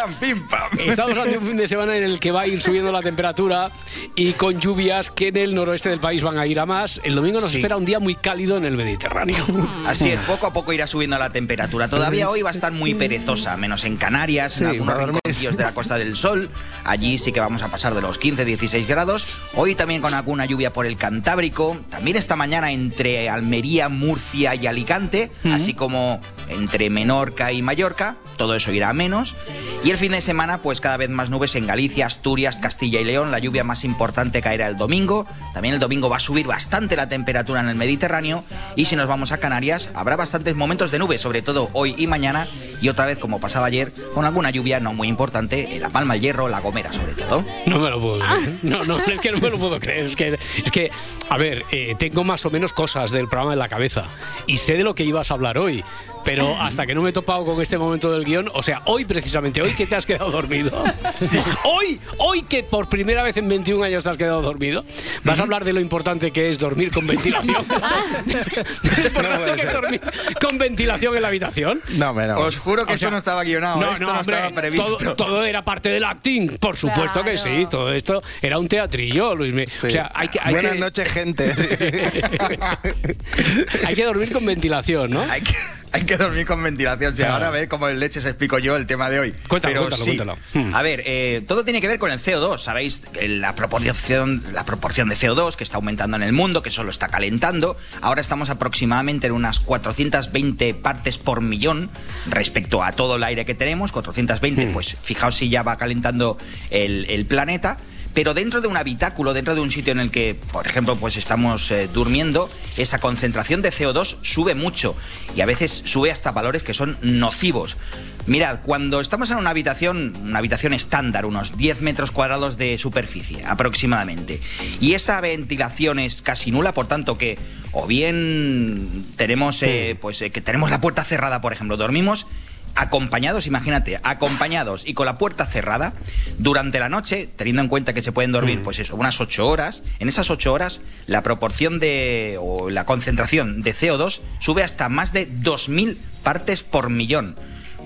S1: estamos ante un fin de semana en el que va a ir subiendo la temperatura y con lluvias que en el noroeste del país van a ir a más. El domingo nos
S22: Sí.
S1: espera un día muy cálido en el Mediterráneo.
S22: Así es, poco a poco irá subiendo la temperatura. Todavía hoy va a estar muy perezosa, menos en Canarias, en algunos rinconcillos de la Costa del Sol. Allí sí que vamos a pasar de los 15-16 grados. Hoy también con alguna lluvia por el Cantábrico. También esta mañana entre Almería, Murcia y Alicante, así como entre Menorca y Mallorca. Todo eso irá a menos. Y el fin de semana, pues cada vez más nubes en Galicia, Asturias, Castilla y León. La lluvia más importante caerá el domingo. También el domingo va a subir bastante la temperatura en el Mediterráneo. Y si nos vamos a Canarias, habrá bastantes momentos de nube, sobre todo hoy y mañana. Y otra vez, como pasaba ayer, con alguna lluvia no muy importante en La Palma, el Hierro, La Gomera, sobre todo.
S1: No me lo puedo creer. No, no, es que no me lo puedo creer. Es que, es que a ver, eh, tengo más o menos cosas del programa en la cabeza y sé de lo que ibas a hablar hoy, pero hasta que no me he topado con este momento del guión, o sea, hoy precisamente, hoy que te has quedado dormido, hoy, hoy que por primera vez en 21 años te has quedado dormido, vas a hablar de lo importante que es dormir con ventilación. De lo importante que es dormir con ventilación en la habitación.
S2: No, hombre, no.
S22: Os juro que
S1: O
S22: esto
S1: sea,
S22: no estaba guionado, ¿eh?
S1: no,
S22: esto
S1: no,
S22: no,
S1: hombre,
S22: estaba previsto.
S1: Todo, todo era parte del acting, por supuesto que sí. Todo esto era un teatrillo, Luis. Me- O sea, hay que, hay
S2: Buenas
S1: que-
S2: noches, gente.
S1: hay que dormir con ventilación, ¿no?
S22: Hay que, hay que dormir con ventilación. Si
S1: Claro.
S22: ahora a ver cómo el leche se explico yo el tema de hoy.
S1: Cuéntalo,
S22: Pero
S1: cuéntalo,
S22: sí.
S1: cuéntalo.
S22: A ver, eh, todo tiene que ver con el CO2. Sabéis Eh, la proporción, la proporción de CO2 que está aumentando en el mundo, que solo está calentando. Ahora estamos aproximadamente en unas 420 partes por millón respecto a todo el aire que tenemos.
S1: Hmm.
S22: 420, pues fijaos si ya va calentando el, el planeta. Pero dentro de un habitáculo, dentro de un sitio en el que, por ejemplo, pues estamos eh, durmiendo, esa concentración de CO2 sube mucho y a veces sube hasta valores que son nocivos. Mirad, cuando estamos en una habitación, una habitación estándar, unos 10 metros cuadrados de superficie aproximadamente, y esa ventilación es casi nula, por tanto que o bien tenemos, eh, pues, eh, que tenemos la puerta cerrada, por ejemplo, dormimos acompañados, imagínate, acompañados y con la puerta cerrada durante la noche, teniendo en cuenta que se pueden dormir, pues eso, unas ocho horas, en esas ocho horas la proporción de, o la concentración de CO2 sube hasta más de 2.000 partes por millón.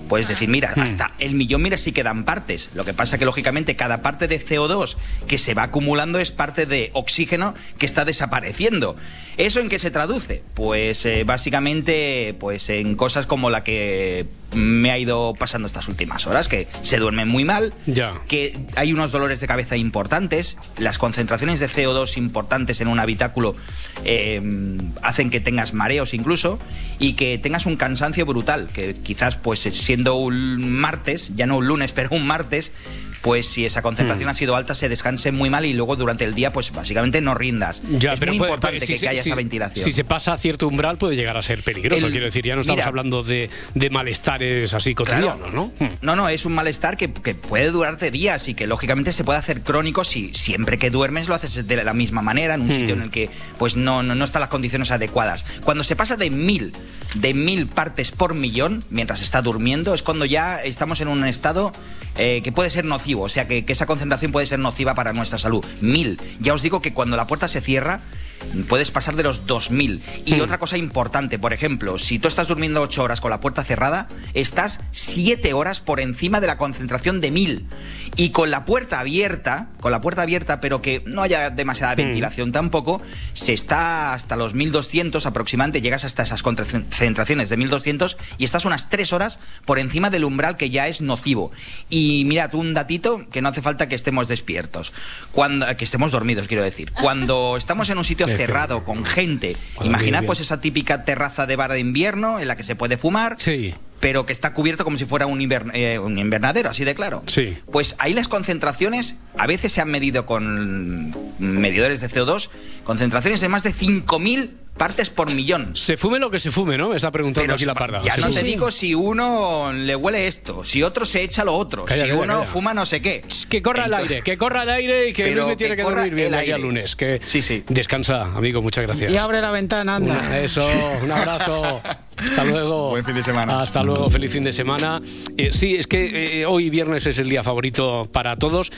S22: Puedes decir, mira, hasta el millón, mira, sí quedan partes. Lo que pasa que, lógicamente, cada parte de CO2 que se va acumulando es parte de oxígeno que está desapareciendo. ¿Eso en qué se traduce? Pues eh, básicamente pues en cosas como la que me ha ido pasando estas últimas horas, que se duermen muy mal,
S1: Ya.
S22: que hay unos dolores de cabeza importantes, las concentraciones de CO2 importantes en un habitáculo eh, hacen que tengas mareos incluso y que tengas un cansancio brutal, que quizás pues siendo un martes, ya no un lunes, pero un martes, pues si esa concentración
S1: Hmm.
S22: ha sido alta se descanse muy mal y luego durante el día pues básicamente no rindas.
S1: Ya,
S22: es
S1: pero
S22: muy
S1: puede-
S22: importante
S1: puede-
S22: que,
S1: se-
S22: haya
S1: si-
S22: esa ventilación.
S1: Si se pasa a cierto umbral puede llegar a ser peligroso.
S22: El-
S1: Quiero decir, ya no estamos
S22: mira.
S1: hablando de, de malestares así cotidianos, ¿no?
S22: No, no, es un malestar que, que puede durarte días y que lógicamente se puede hacer crónico si siempre que duermes lo haces de la misma manera, en un sitio en el que pues no, no, no están las condiciones adecuadas. Cuando se pasa de mil, de mil partes por millón mientras está durmiendo, es cuando ya estamos en un estado eh, que puede ser nocivo, o sea que, que esa concentración puede ser nociva para nuestra salud. Mil. Ya os digo que cuando la puerta se cierra, puedes pasar de los 2000. Y otra cosa importante, por ejemplo, si tú estás durmiendo 8 horas con la puerta cerrada, estás 7 horas por encima de la concentración de 1000. Y con la puerta abierta, con la puerta abierta, pero que no haya demasiada ventilación tampoco, se está hasta los 1200 aproximadamente, llegas hasta esas concentraciones de 1200 y estás unas 3 horas por encima del umbral que ya es nocivo. Y mira, tú un datito que no hace falta que estemos despiertos, cuando, que estemos dormidos, quiero decir. Cuando estamos en un sitio
S21: Es que-
S22: cerrado, con gente,
S21: Cuando
S22: imaginad
S21: vive
S22: pues
S21: bien.
S22: esa típica terraza de bar de invierno en la que se puede fumar. Pero que está cubierto como si fuera un, invern- eh, un invernadero, así de claro.
S1: Sí.
S22: Pues ahí las concentraciones a veces se han medido con medidores de CO2, concentraciones de más de 5.000 partes por millón.
S1: Se fume lo que se fume, ¿no? Me está preguntando
S22: Pero
S1: aquí la parda.
S22: ya
S1: Se
S22: no
S1: fume.
S22: te digo si uno le huele esto, si otro se echa lo otro,
S1: Calla,
S22: si
S1: calla,
S22: uno
S1: calla.
S22: fuma no sé qué.
S1: Que corra el aire, que corra el aire y que
S22: Pero
S1: Luis me tiene
S22: que
S1: que,
S22: corra
S1: dormir bien
S22: el
S1: de aquí al
S22: aire.
S1: lunes. Que Descansa, amigo, muchas gracias.
S19: Y abre la ventana, anda.
S1: Una- eso, un abrazo. Hasta luego. Buen fin de semana. Hasta luego, feliz fin de semana. Eh, sí, es que eh, hoy viernes es el día favorito para todos.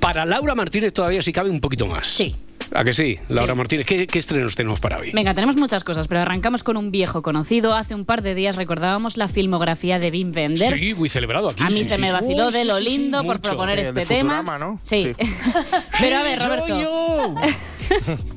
S1: Para Laura Martínez todavía si cabe un poquito más. Sí. ¿A que sí, Laura Martínez? ¿Qué, qué estrenos tenemos para hoy?
S12: Venga, tenemos muchas cosas, pero arrancamos con un viejo conocido. Hace un par de días recordábamos la filmografía de Wim Wenders.
S1: Sí, muy celebrado aquí.
S12: A mí
S1: sí,
S12: se
S1: sí,
S12: me
S1: sí.
S12: vaciló de lo
S1: Sí, sí, sí,
S12: lindo por
S1: mucho.
S12: proponer
S1: Eh, de
S12: este tema.
S1: Futurama, ¿no?
S12: Sí. Pero a ver, Roberto.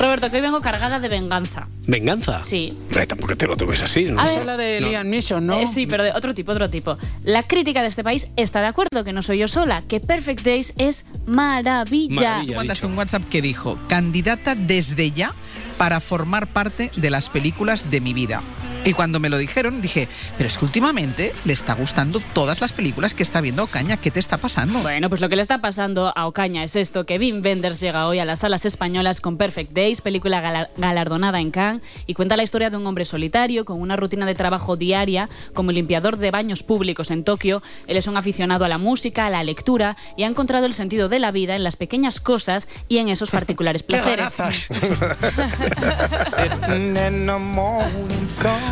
S12: Roberto, que hoy vengo cargada de venganza.
S1: ¿Venganza?
S12: Sí.
S1: Hombre, tampoco te lo tomes así, ¿no?
S12: A
S1: Sí.
S12: ver.
S1: No.
S16: Neeson,
S12: Eh, sí, pero de otro tipo, otro tipo. La crítica de este país está de acuerdo que no soy yo sola, que Perfect Days es maravilla.
S19: Tú mandaste un WhatsApp que dijo, candidata desde ya para formar parte de las películas de mi vida. Y cuando me lo dijeron, dije, pero es que últimamente le está gustando todas las películas que está viendo Ocaña, ¿qué te está pasando?
S12: Bueno, pues lo que le está pasando a Ocaña es esto, que Wim Wenders llega hoy a las salas españolas con Perfect Days, película gala- galardonada en Cannes, y cuenta la historia de un hombre solitario con una rutina de trabajo diaria como limpiador de baños públicos en Tokio. Él es un aficionado a la música, a la lectura, y ha encontrado el sentido de la vida en las pequeñas cosas y en esos particulares placeres.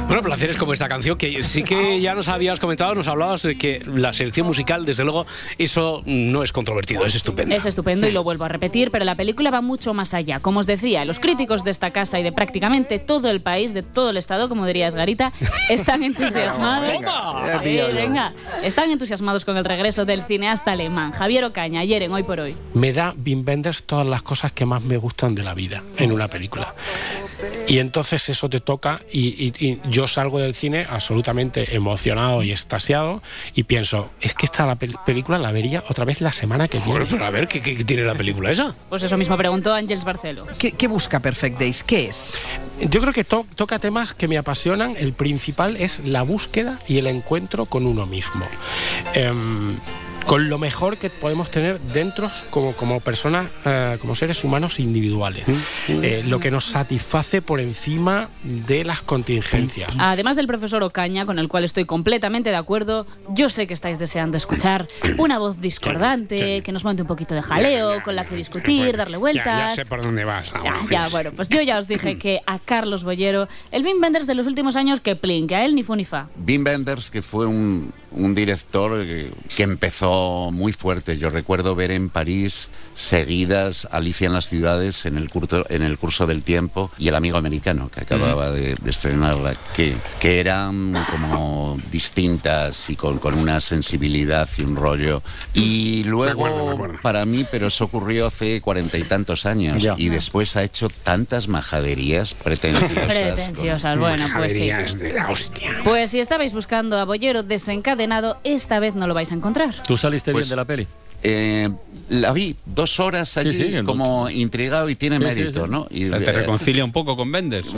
S1: Bueno, placeres como esta canción, que sí que ya nos habías comentado, nos hablabas de que la selección musical, desde luego, eso no es controvertido, es estupendo.
S12: Es estupendo y lo vuelvo a repetir, pero la película va mucho más allá. Como os decía, los críticos de esta casa y de prácticamente todo el país, de todo el estado, como diría Edgarita, están entusiasmados.
S7: Toma.
S12: Ahí,
S7: Ya pillo yo.
S12: venga. están entusiasmados con el regreso del cineasta alemán Javier Ocaña ayer en Hoy por Hoy.
S3: me da Wim Wenders todas las cosas que más me gustan de la vida en una película. Y entonces eso te toca y, y- y yo salgo del cine absolutamente emocionado y extasiado y pienso, es que esta la pel- película la vería otra vez la semana que viene.
S1: Joder, pero a ver, ¿qué, qué tiene la película esa?
S12: Pues eso mismo preguntó Ángels Barcelo.
S3: ¿Qué, busca Perfect Days? ¿Qué es? Yo creo que to- toca temas que me apasionan. El principal es la búsqueda y el encuentro con uno mismo. Em, con lo mejor que podemos tener dentro como, como personas, eh, como seres humanos individuales. Eh, lo que nos satisface por encima de las contingencias.
S12: Además del profesor Ocaña, con el cual estoy completamente de acuerdo, yo sé que estáis deseando escuchar una voz discordante, que nos monte un poquito de jaleo, con la que discutir, darle
S1: Ya, ya
S12: vueltas.
S1: sé por dónde vas.
S6: Ah,
S1: ah,
S12: Ya, ya, bueno, pues yo ya os dije que a Carlos Bollero, el Wim Wenders de los últimos años, que plin, que a él ni fu ni fa.
S6: Wim Wenders, que fue un, un director que, que empezó muy fuerte. Yo recuerdo ver en París seguidas Alicia en las ciudades en el curso, en el curso del tiempo y El amigo americano, que acababa de, de estrenarla, que, que eran como distintas y con, con una sensibilidad y un rollo. Y luego, para mí, pero eso ocurrió hace cuarenta y tantos años.
S12: Ya.
S6: Y después ha hecho tantas majaderías pretenciosas.
S12: Pretenciosas, bueno, pues sí.
S6: Majaderías
S2: este,
S6: de la hostia.
S12: Pues si estabais buscando a Bollero desencadenado, esta vez no lo vais a encontrar.
S6: ¿Tú saliste bien de la peli? Pues, eh, la vi dos horas allí
S8: sí, en-
S6: como intrigado y tiene
S8: Sí, sí,
S6: mérito,
S8: sí.
S6: ¿no? Y,
S8: O sea, te
S6: eh,
S8: reconcilia un poco con Benders.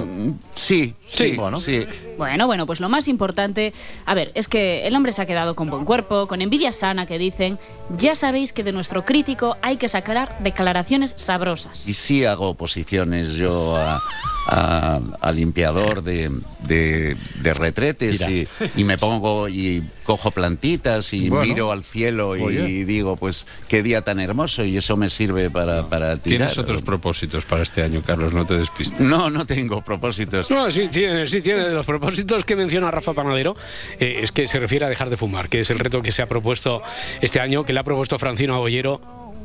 S6: Sí, sí, sí.
S12: Bueno, bueno, pues lo más importante, a ver, es que el hombre se ha quedado con buen cuerpo, con envidia sana que dicen, ya sabéis que de nuestro crítico hay que sacar declaraciones sabrosas.
S6: Y sí hago oposiciones yo a, a- a limpiador de, de- de retretes
S8: Mira.
S6: y, y me pongo y cojo plantitas y
S8: Bueno.
S6: miro al cielo y,
S8: Oye.
S6: digo, pues qué día tan hermoso y eso me sirve para, para tirar.
S8: Tienes otros propósitos para este año, Carlos, no te despistes.
S6: No, no tengo propósitos.
S1: No, sí tiene, sí tiene. De los propósitos que menciona Rafa Panadero, eh, es que se refiere a dejar de fumar, que es el reto que se ha propuesto este año, que le ha propuesto Francino Agollero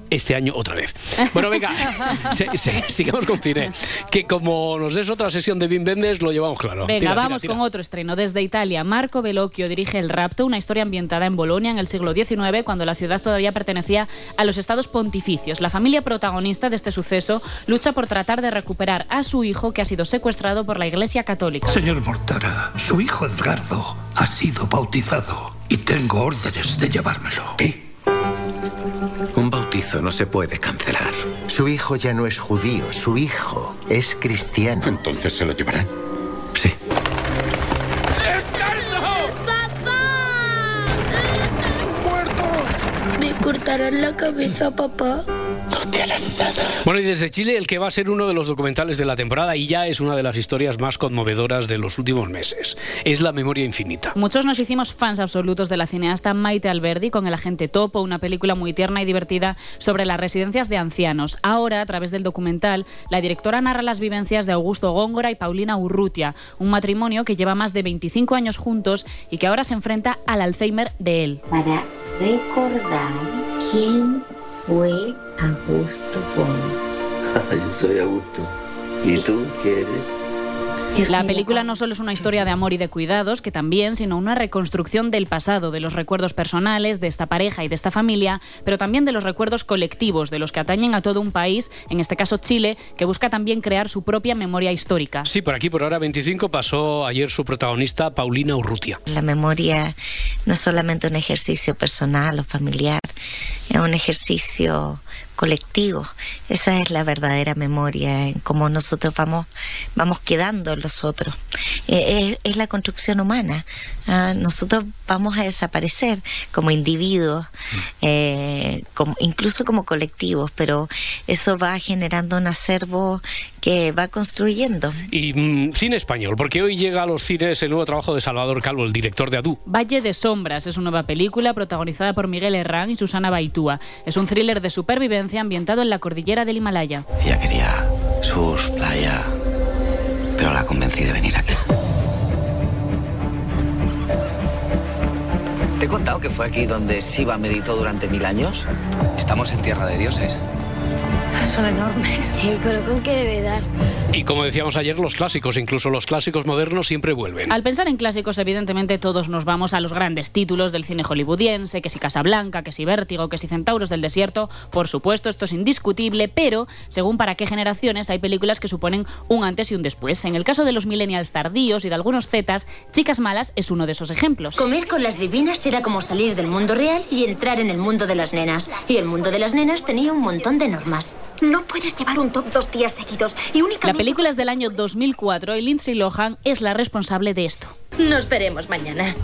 S1: este año otra vez. Bueno, venga, se- se- sigamos con cine. Que como nos des otra sesión de Wim Wenders, lo llevamos claro.
S12: Venga,
S1: Tira, tira,
S12: vamos
S1: tira.
S12: con otro estreno. Desde Italia, Marco Bellocchio dirige El Rapto, una historia ambientada en Bolonia en el siglo XIX, cuando la ciudad todavía pertenecía a los estados pontificios. La familia protagonista de este suceso lucha por tratar de recuperar a su hijo que ha sido secuestrado por la Iglesia Católica.
S4: Señor Mortara, su hijo Edgardo ha sido bautizado y tengo órdenes de llevármelo.
S10: Un bautizo no se puede cancelar. Su hijo ya no es judío, su hijo es cristiano. Entonces se lo llevarán.
S11: Me cortarán la cabeza, papá.
S1: Bueno, y desde Chile, el que va a ser uno de los documentales de la temporada y ya es una de las historias más conmovedoras de los últimos meses. Es La Memoria Infinita.
S12: Muchos nos hicimos fans absolutos de la cineasta Maite Alberdi con El Agente Topo, una película muy tierna y divertida sobre las residencias de ancianos. Ahora, a través del documental, la directora narra las vivencias de Augusto Góngora y Paulina Urrutia, un matrimonio que lleva más de 25 años juntos y que ahora se enfrenta al Alzheimer de él.
S11: Para recordar quién fue Augusto Gómez.
S24: Yo soy Augusto. ¿Y tú qué eres?
S12: La película no solo es una historia de amor y de cuidados, que también, sino una reconstrucción del pasado, de los recuerdos personales, de esta pareja y de esta familia, pero también de los recuerdos colectivos, de los que atañen a todo un país, en este caso Chile, que busca también crear su propia memoria histórica.
S1: Sí, por aquí, por ahora 25, pasó ayer su protagonista, Paulina Urrutia.
S11: La memoria no es solamente un ejercicio personal o familiar, es un ejercicio colectivo. Esa es la verdadera memoria, en cómo nosotros vamos, vamos quedando en los otros. Eh, es, es la construcción humana. Ah, nosotros vamos a desaparecer como individuos, eh, como- incluso como colectivos, pero eso va generando un acervo que va construyendo.
S1: Y mm, cine español, porque hoy llega a los cines el nuevo trabajo de Salvador Calvo, el director de Adú.
S12: Valle de Sombras es una nueva película protagonizada por Miguel Herrán y Susana Baitúa. Es un thriller de supervivencia ambientado en la cordillera del Himalaya.
S24: Ella quería surf, playa, pero la convencí de venir aquí. ¿Te he contado que fue aquí donde Siva meditó durante mil años? Estamos en tierra de dioses.
S11: Son enormes. El colocón que debe dar.
S1: Y como decíamos ayer, los clásicos, incluso los clásicos modernos, siempre vuelven.
S12: Al pensar en clásicos, evidentemente todos nos vamos a los grandes títulos del cine hollywoodiense, que si Casablanca, que si Vértigo, que si Centauros del Desierto, por supuesto, esto es indiscutible, pero según para qué generaciones hay películas que suponen un antes y un después. En el caso de los millennials tardíos y de algunos zetas, Chicas Malas es uno de esos ejemplos.
S25: Comer con las divinas era como salir del mundo real y entrar en el mundo de las nenas. Y el mundo de las nenas tenía un montón de normas. No puedes llevar un top dos días seguidos y únicamente...
S12: La película es del año 2004 y Lindsay Lohan es la responsable de esto.
S25: Nos veremos mañana.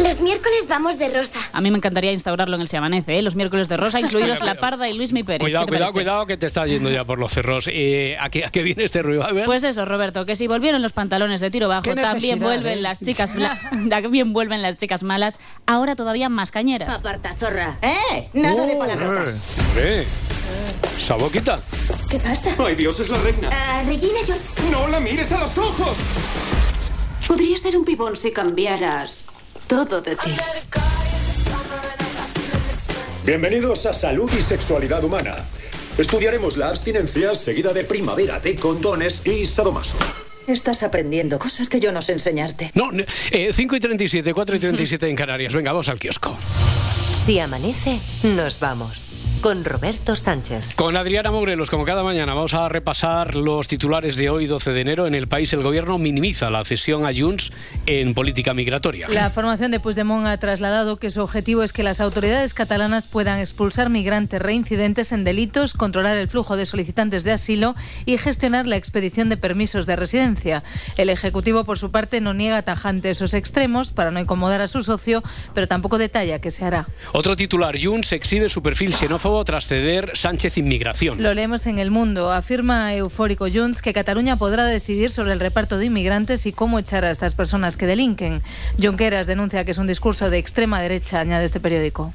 S25: Los miércoles vamos de rosa.
S12: A mí me encantaría instaurarlo en el Se Amanece, ¿eh? los miércoles de Rosa, incluidos La Parda y Luis Mi Pérez.
S1: Cuidado,
S12: ¿Qué te
S1: cuidado,
S12: parece?
S1: cuidado, que te estás yendo ya por los cerros. Eh, ¿a, qué, a qué viene este revival?
S12: Pues eso, Roberto, que si volvieron los pantalones de tiro bajo,
S1: Qué necesidad,
S12: también vuelven
S1: ¿eh?
S12: las chicas bla- también vuelven las chicas malas, ahora todavía más cañeras. Aparta, zorra.
S25: ¡Eh!
S1: Eh, Uh, esa boquita.
S25: ¿Qué pasa?
S1: ¡Ay, Dios, es la reina!
S25: Regina George.
S26: ¡No la mires a los ojos!
S25: Podría ser un pibón si cambiaras todo de ti.
S27: Bienvenidos a Salud y Sexualidad Humana. Estudiaremos la abstinencia seguida de primavera de condones y sadomaso.
S28: Estás aprendiendo cosas que yo no sé enseñarte.
S1: No, ne- eh, 5 y 37, 4 y 37 en Canarias. Venga, vamos al kiosco.
S29: Si amanece, nos vamos. Con Roberto Sánchez.
S1: Con Adriana Morelos, como cada mañana, vamos a repasar los titulares de hoy, 12 de enero. En el país, el gobierno minimiza la cesión a Junts en política migratoria.
S27: La formación de Puigdemont ha trasladado que su objetivo es que las autoridades catalanas puedan expulsar migrantes reincidentes en delitos, controlar el flujo de solicitantes de asilo y gestionar la expedición de permisos de residencia. El Ejecutivo, por su parte, no niega tajante esos extremos para no incomodar a su socio, pero tampoco detalla qué se hará.
S1: Otro titular, Junts exhibe su perfil xenófobo tras ceder Sánchez Inmigración.
S27: Lo leemos en El Mundo. Afirma eufórico Junts que Cataluña podrá decidir sobre el reparto de inmigrantes y cómo echar a estas personas que delinquen. Junqueras denuncia que es un discurso de extrema derecha, añade este periódico.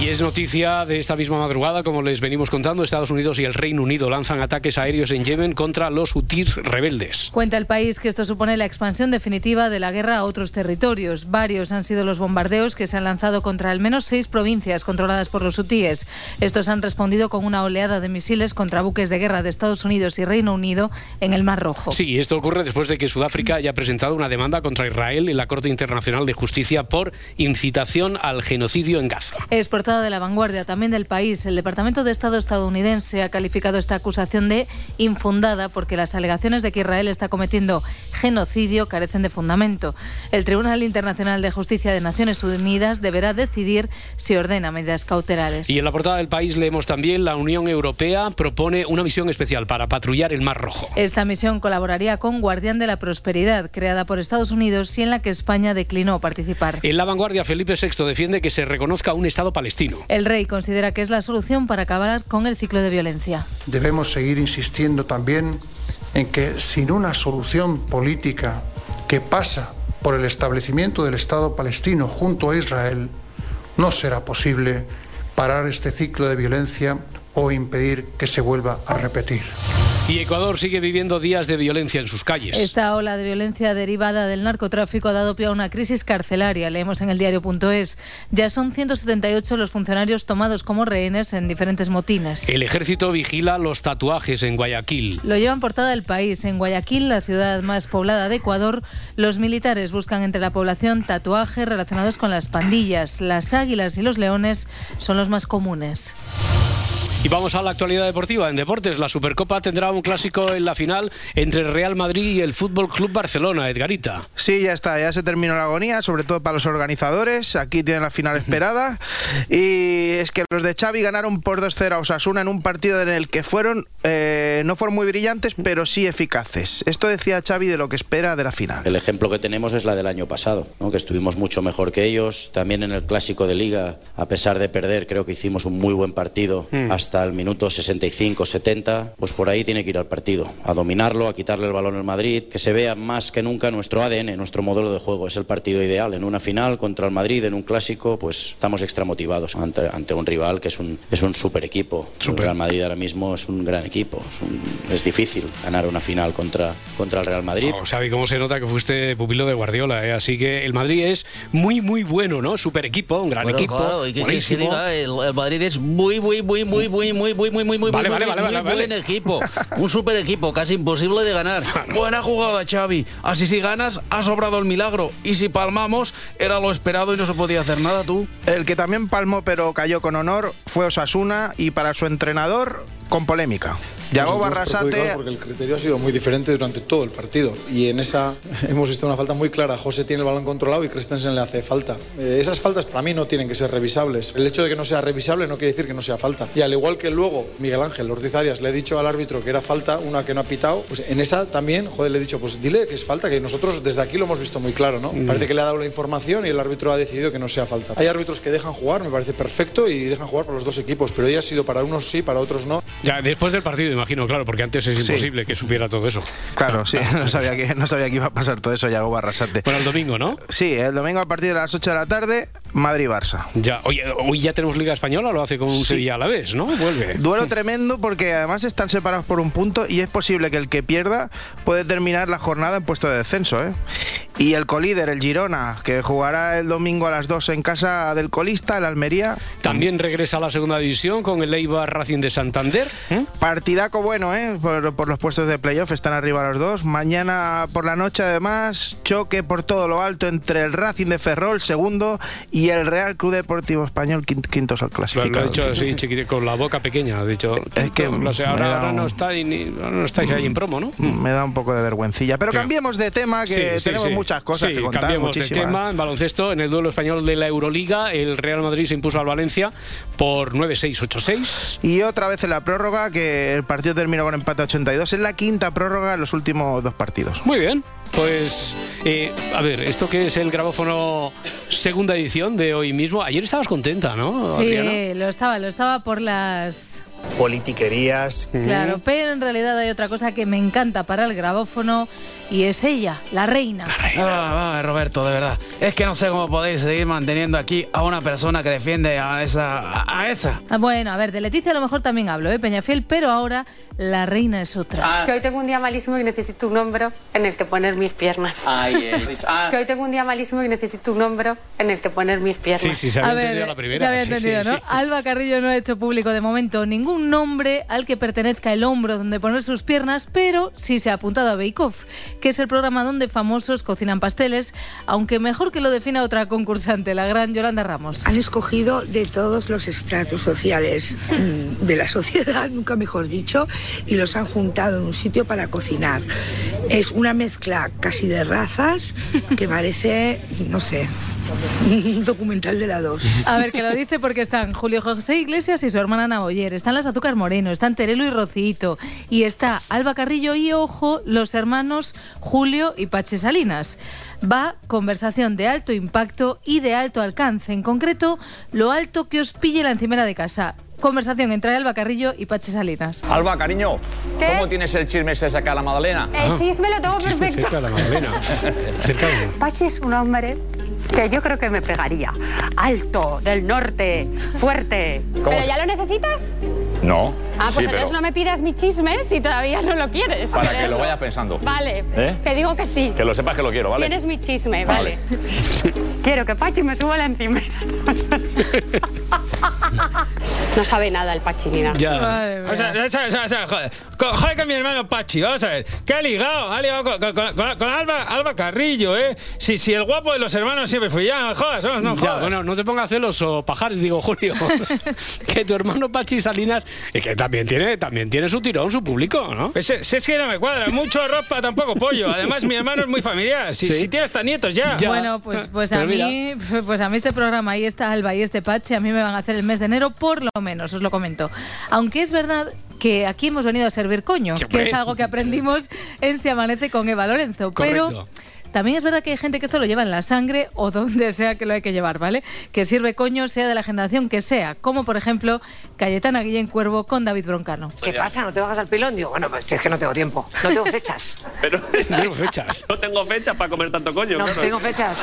S1: Y es noticia de esta misma madrugada, como les venimos contando, Estados Unidos y el Reino Unido lanzan ataques aéreos en Yemen contra los hutíes rebeldes.
S27: Cuenta el país que esto supone la expansión definitiva de la guerra a otros territorios. Varios han sido los bombardeos que se han lanzado contra al menos seis provincias controladas por los hutíes. Estos han respondido con una oleada de misiles contra buques de guerra de Estados Unidos y Reino Unido en el Mar Rojo.
S1: Sí, esto ocurre después de que Sudáfrica haya presentado una demanda contra Israel en la Corte Internacional de Justicia por incitación al genocidio en Gaza.
S27: Es portada de la vanguardia también del país. El Departamento de Estado estadounidense ha calificado esta acusación de infundada porque las alegaciones de que Israel está cometiendo genocidio carecen de fundamento. El Tribunal Internacional de Justicia de Naciones Unidas deberá decidir si ordena medidas cautelares.
S1: Y en la portada del país leemos también la Unión Europea propone una misión especial para patrullar el Mar Rojo.
S27: Esta misión colaboraría con Guardián de la Prosperidad, creada por Estados Unidos y en la que España declinó participar.
S1: En la vanguardia, Felipe VI defiende que se reconozca un Estado palestino.
S27: El rey considera que es la solución para acabar con el ciclo de violencia.
S23: Debemos seguir insistiendo también en que sin una solución política que pasa por el establecimiento del Estado palestino junto a Israel, no será posible parar este ciclo de violencia o impedir que se vuelva a repetir.
S1: Y Ecuador sigue viviendo días de violencia en sus calles.
S27: Esta ola de violencia derivada del narcotráfico ha dado pie a una crisis carcelaria, leemos en el diario.es. Ya son 178 los funcionarios tomados como rehenes en diferentes motines.
S1: El ejército vigila los tatuajes en Guayaquil.
S27: Lo llevan portada el país. En Guayaquil, la ciudad más poblada de Ecuador, los militares buscan entre la población tatuajes relacionados con las pandillas. Las águilas y los leones son los más comunes.
S1: Y vamos a la actualidad deportiva. En deportes, la Supercopa tendrá un clásico en la final entre el Real Madrid y el Fútbol Club Barcelona, Edgarita.
S2: Sí, ya está, ya se terminó la agonía, sobre todo para los organizadores. Aquí tienen la final esperada. Y es que los de Xavi ganaron por 2-0 a Osasuna en un partido en el que fueron, eh, no fueron muy brillantes, pero sí eficaces. Esto decía Xavi de lo que espera de la final.
S5: El ejemplo que tenemos es la del año pasado, ¿no? que estuvimos mucho mejor que ellos. También en el clásico de liga, a pesar de perder, creo que hicimos un muy buen partido Mm. hasta el minuto 65-70. Pues por ahí tiene que ir al partido, a dominarlo, a quitarle el balón al Madrid, que se vea más que nunca nuestro ADN, nuestro modelo de juego. Es el partido ideal. En una final contra el Madrid, en un clásico, pues estamos extramotivados ante, ante un rival que es un, es un super equipo. El Real Madrid ahora mismo es un gran equipo. Es, un- es difícil ganar una final contra, contra el Real Madrid.
S1: Oh, Xavi, cómo se nota que fuiste pupilo de Guardiola, ¿eh? así que el Madrid es muy, muy bueno, ¿no? Super equipo, un gran
S16: Bueno,
S1: equipo.
S16: claro, ¿y qué quieres que
S1: buenísimo.
S16: diga? Eh. El, el Madrid es muy, muy, muy, muy, muy, muy, muy, muy, muy, muy,
S1: Vale,
S16: muy,
S1: vale, vale,
S16: muy
S1: vale,
S16: buen
S1: vale.
S16: equipo. Un super equipo, casi imposible de ganar. Buena jugada, Xavi. Así si ganas, ha sobrado el milagro. Y si palmamos, era lo esperado y no se podía hacer nada tú.
S2: El que también palmó pero cayó con honor fue Osasuna y para su entrenador con polémica. Yago
S9: Nos
S30: Pues
S9: hemos perjudicado
S2: Barrasate
S9: pues Porque el criterio ha sido muy diferente durante todo el partido. Y en esa hemos visto una falta muy clara. José tiene el balón controlado y Christensen le hace falta. Eh, esas faltas para mí no tienen que ser revisables. El hecho de que no sea revisable no quiere decir que no sea falta. Y al igual que luego Miguel Ángel Ortiz Arias le he dicho al árbitro que era falta, una que no ha pitado, pues en esa también, joder, le he dicho, pues dile que es falta, que nosotros desde aquí lo hemos visto muy claro, ¿no? Mm. Parece que le ha dado la información y el árbitro ha decidido que no sea falta. Hay árbitros que dejan jugar, me parece perfecto, y dejan jugar por los dos equipos, pero hoy ha sido para unos sí, para otros no.
S1: Ya, después del partido, imagino, claro, porque antes es imposible que supiera todo eso.
S2: Claro, sí, no sabía, que, no sabía que iba a pasar todo eso, Yago Barrasate.
S1: Bueno, el domingo, ¿no?
S2: Sí, el domingo a partir de las 8 de la tarde, Madrid-Barça.
S1: Ya, oye, hoy ya tenemos Liga Española, lo hace con un Sevilla a la vez, ¿no? Vuelve.
S2: Duelo tremendo porque además están separados por un punto y es posible que el que pierda puede terminar la jornada en puesto de descenso. ¿eh? Y el colíder, el Girona, que jugará el domingo a las 2 en casa del colista, el Almería.
S1: También regresa a la segunda división con el Eibar Racing de Santander.
S2: Partidaco bueno, ¿eh? Por, por los puestos de playoff están arriba los dos. Mañana por la noche, además, choque por todo lo alto entre el Racing de Ferrol, segundo, y el Real Club Deportivo Español, quin- quintos al
S1: Lo,
S2: clasificado.
S1: lo ha dicho así, chiquito, con la boca pequeña. Ha dicho, es que, no sé,
S2: me
S1: ahora,
S2: da
S1: ahora
S2: un- Mm.
S1: no, estáis ni- no estáis ahí en promo, ¿no?
S2: Me da un poco de vergüencilla. Pero cambiemos de tema, que
S1: Sí, sí,
S2: tenemos
S1: sí.
S2: muchas cosas
S1: Sí,
S2: que contar.
S1: cambiemos de
S2: muchísimas.
S1: tema. En baloncesto, en el duelo español de la Euroliga, el Real Madrid se impuso al Valencia por 9-6-8-6.
S2: Y otra vez en la prórroga, que el partido terminó con empate a 82. Es la quinta prórroga en los últimos dos partidos.
S1: Muy bien. Pues, eh, a ver, esto que es el grabófono segunda edición de hoy mismo. Ayer estabas contenta, ¿no?
S27: Sí,
S1: Oh, Adriana?
S27: lo estaba, lo estaba por las
S31: politiquerías.
S27: Claro, pero en realidad hay otra cosa que me encanta para el grabófono y es ella, la reina.
S32: Ah, vale, Roberto, de verdad. Es que no sé cómo podéis seguir manteniendo aquí a una persona que defiende a esa. a, a esa.
S27: Ah, Bueno, a ver, de Leticia a lo mejor también hablo, ¿eh, Peñafiel? Pero ahora la reina es otra.
S1: Ah.
S15: Que hoy tengo un día malísimo y necesito un hombro en el que poner mis piernas.
S32: Ay, el Rich- ah.
S15: Que hoy tengo un día malísimo y necesito un hombro en el que poner mis piernas.
S1: Sí, sí, se había entendido la primera.
S27: Se había
S1: Sí, sí,
S27: entendido, ¿no?
S1: sí.
S12: Ah,
S27: Alba Carrillo no ha hecho público de momento ningún nombre al que pertenezca el hombro donde poner sus piernas, pero sí se ha apuntado a Bake Off, que es el programa donde famosos cocinan pasteles, aunque mejor que lo defina otra concursante, la gran Yolanda Ramos.
S17: Han escogido de todos los estratos sociales mm, de la sociedad, nunca mejor dicho, y los han juntado en un sitio para cocinar. Es una mezcla casi de razas que parece, no sé, un documental de la 2.
S27: A ver, que lo dice porque están Julio José Iglesias y su hermana Ana Boyer, están las Azúcar Moreno, están Terelo y Rocito, y está Alba Carrillo y, ojo, los hermanos Julio y Pache Salinas. Va conversación de alto impacto y de alto alcance, en concreto, lo alto que os pille la encimera de casa. Conversación entre Alba Carrillo y Pache Salinas.
S6: Alba, cariño,
S15: ¿Qué?
S6: ¿cómo tienes el chisme ese cerca de la Madalena?
S15: El chisme lo
S6: Ah,
S15: tengo
S1: pues,
S15: perfecto.
S6: la Madalena. cerca de...
S15: Pachi es un hombre que yo creo que me pegaría. Alto, del norte, fuerte.
S12: ¿Pero ya lo necesitas?
S6: No.
S12: Ah, pues
S6: sí, pero
S12: entonces no me pidas mi chisme si todavía no lo quieres.
S6: para que lo vayas pensando.
S12: Vale,
S6: ¿Eh?
S12: te digo que sí.
S6: Que lo sepas que lo quiero, ¿vale?
S12: Tienes mi chisme, vale.
S15: Quiero que Pachi me suba la encimera.
S12: No sabe nada el Pachinina.
S9: O sea, o sea, o sea, o sea, joder, Co- joder con mi hermano Pachi, vamos a ver. Que ha ligado, ha ligado con, con- con- con Alba, Alba Carrillo, ¿eh? Si, si el guapo de los hermanos siempre fui ya, no jodas, no, no
S1: Ya,
S9: jodas.
S1: bueno, no te pongas celoso, pajares, digo, Julio. que tu hermano Pachi Salinas, eh, que también tiene, también tiene su tirón, su público, ¿no?
S9: Pues es, es que no me cuadra, mucho ropa, tampoco pollo. Además, mi hermano es muy familiar, si,
S1: Sí.
S9: si tiene hasta nietos ya.
S27: Bueno, pues, pues a mí, pues a mí este programa y esta Alba y este Pache a mí me van a hacer el mes de enero por lo menos, os lo comento. Aunque es verdad que aquí hemos venido a servir coño,
S9: Sí,
S27: que
S9: hombre.
S27: es algo que aprendimos en Se amanece con Eva Lorenzo, pero
S9: Correcto.
S27: también es verdad que hay gente que esto lo lleva en la sangre o donde sea que lo hay que llevar, ¿vale? Que sirve coño sea de la generación que sea, como por ejemplo Cayetana Guillén Cuervo con David Broncano.
S33: ¿Qué pasa? ¿No te bajas al pilón? Digo, bueno, pues es que no tengo tiempo. No tengo fechas.
S14: Pero no tengo fechas. No tengo fechas para comer tanto coño.
S33: No
S14: claro.
S33: tengo fechas.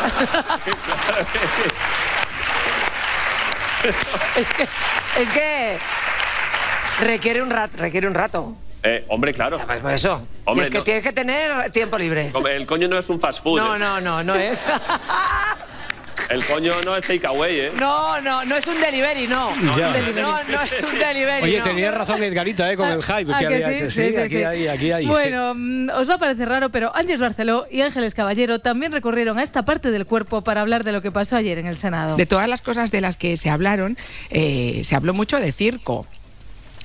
S33: es, que, es que requiere un rato, requiere un rato.
S14: Eh, hombre, claro.
S4: pues,
S33: por eso.
S14: Hombre,
S33: y es que
S14: no.
S33: tienes que tener tiempo libre.
S14: Come- El coño no es un fast food.
S33: No,
S14: eh.
S33: no, no, no es.
S14: El coño no es takeaway, ¿eh?
S33: No, no, no es un delivery, no.
S14: No, Ya.
S33: No, no es un delivery.
S1: Oye,
S33: no.
S1: tenías razón Edgarita, ¿eh? Con el hype
S27: ¿A
S1: que
S27: Ah, que
S1: había
S27: sí?
S1: hecho.
S27: Sí, sí,
S1: aquí
S27: sí.
S1: hay, aquí hay. sí.
S27: Bueno, mm, os va a parecer raro, pero Ángeles Barceló y Ángeles Caballero también recurrieron a esta parte del cuerpo para hablar de lo que pasó ayer en el Senado.
S34: De todas las cosas de las que se hablaron, eh, se habló mucho de circo.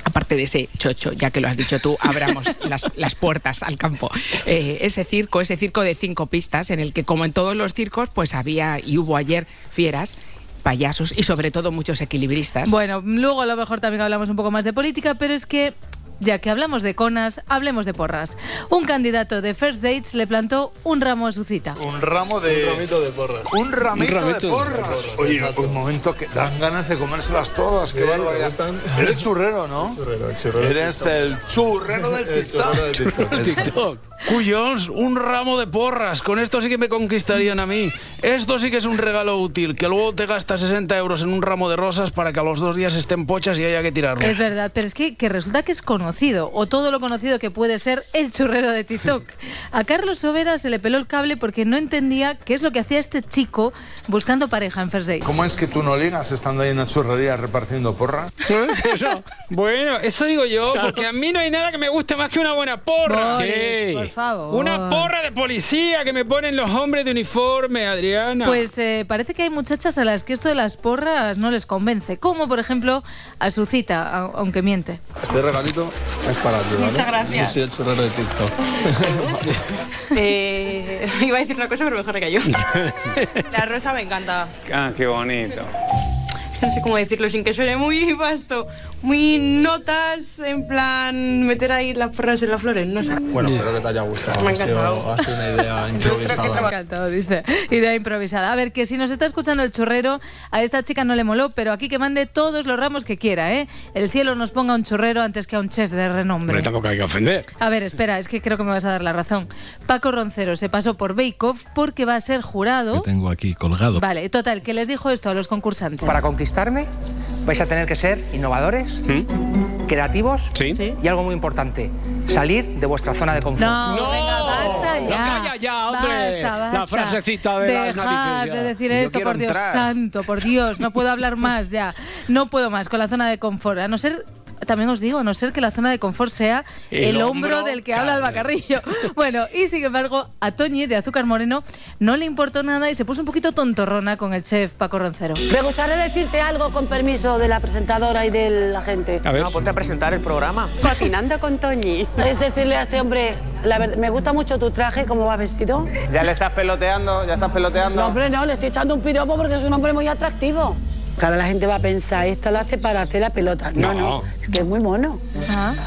S34: Aparte de ese chocho, ya que lo has dicho tú, abramos las, las puertas al campo. Eh, ese circo, ese circo de cinco pistas, en el que, como en todos los circos, pues había y hubo ayer fieras, payasos y sobre todo muchos equilibristas.
S27: Bueno, luego a lo mejor también hablamos un poco más de política, pero es que ya que hablamos de conas, hablemos de porras. Un candidato de First Dates le plantó un ramo a su cita.
S30: Un ramo de. Un ramito de porras. Un ramito,
S33: Un ramito
S30: de
S33: de
S30: porras.
S33: porras,
S30: Oye, un momento que dan ganas de comérselas todas. Qué
S9: Sí,
S30: barbaridad.
S9: me gustan.
S30: Eres churrero, ¿no? Churrero,
S9: churrero del
S30: Eres
S9: TikTok.
S30: el churrero del TikTok.
S9: Cuyons, un ramo de porras. Con esto sí que me conquistarían a mí. Esto sí que es un regalo útil, que luego te gastas 60 euros en un ramo de rosas para que a los dos días estén pochas y haya que tirarlo.
S27: Es verdad, pero es que, que resulta que es conocido, o todo lo conocido que puede ser el churrero de TikTok. A Carlos Sobera se le peló el cable porque no entendía qué es lo que hacía este chico buscando pareja en First Dates.
S30: ¿Cómo es que tú no ligas estando ahí en la churrería repartiendo porras?
S9: Eso. Bueno, eso digo yo, porque a mí no hay nada que me guste más que una buena porra.
S27: Boris, por favor.
S9: Una porra de policía que me ponen los hombres de uniforme, Adriana.
S27: Pues eh, parece que hay muchachas a las que esto de las porras no les convence, como por ejemplo a su cita, a- aunque miente.
S30: Este regalito es para ti,
S33: Muchas gracias.
S30: Yo soy el churrero de TikTok.
S3: eh,
S33: iba a decir una cosa, pero mejor que yo. La rosa me encanta.
S32: Ah, qué bonito.
S3: no sé cómo decirlo sin que suene muy vasto, muy notas, en plan meter ahí las porras en las flores, no sé.
S9: Bueno, espero que te haya gustado.
S3: Me ha
S9: ha, sido,
S3: encantado.
S9: ha sido una idea
S27: Me
S9: improvisada.
S27: encantó, dice. Idea improvisada. A ver, que si nos está escuchando el chorrero, a esta chica no le moló, pero aquí que mande todos los ramos que quiera, ¿eh? El cielo nos ponga un chorrero antes que a un chef de renombre.
S1: Hombre, tampoco hay que ofender.
S27: A ver, espera, es que creo que me vas a dar la razón. Paco Roncero se pasó por Bake Off porque va a ser jurado.
S4: Tengo aquí colgado.
S27: Vale, total, que les dijo esto a los concursantes.
S6: Para conquistarme vais a tener que ser innovadores, creativos y algo muy importante, salir de vuestra zona de confort.
S27: No, venga, basta ya.
S1: ¡Oh, calla ya, hombre.
S27: Basta, basta.
S1: La frasecita de las
S27: Dejad
S1: narices ya.
S27: de decir
S1: Yo
S27: esto,
S1: quiero
S27: por Dios
S1: entrar.
S27: santo, por Dios. No puedo hablar más ya. No puedo más con la zona de confort. A no ser... También os digo, a no ser que la zona de confort sea el,
S3: El
S27: hombro
S3: hombro,
S27: del que habla el bacarrillo. Bueno, y sin embargo, a Toñi de Azúcar Moreno no le importó nada y se puso un poquito tontorrona con el chef Paco Roncero.
S7: Me gustaría decirte algo con permiso de la presentadora y de la gente.
S4: ver.
S7: No, ponte a presentar el programa.
S19: Cocinando con Toñi.
S7: Es decirle a este hombre, la verdad, me gusta mucho tu traje, cómo vas vestido. Ya le estás peloteando, ya estás peloteando. No, hombre, no, le estoy echando un piropo porque es un hombre muy atractivo. Cara, la gente va a pensar, esto lo hace para hacer la pelota. No, no, No. es que es muy mono.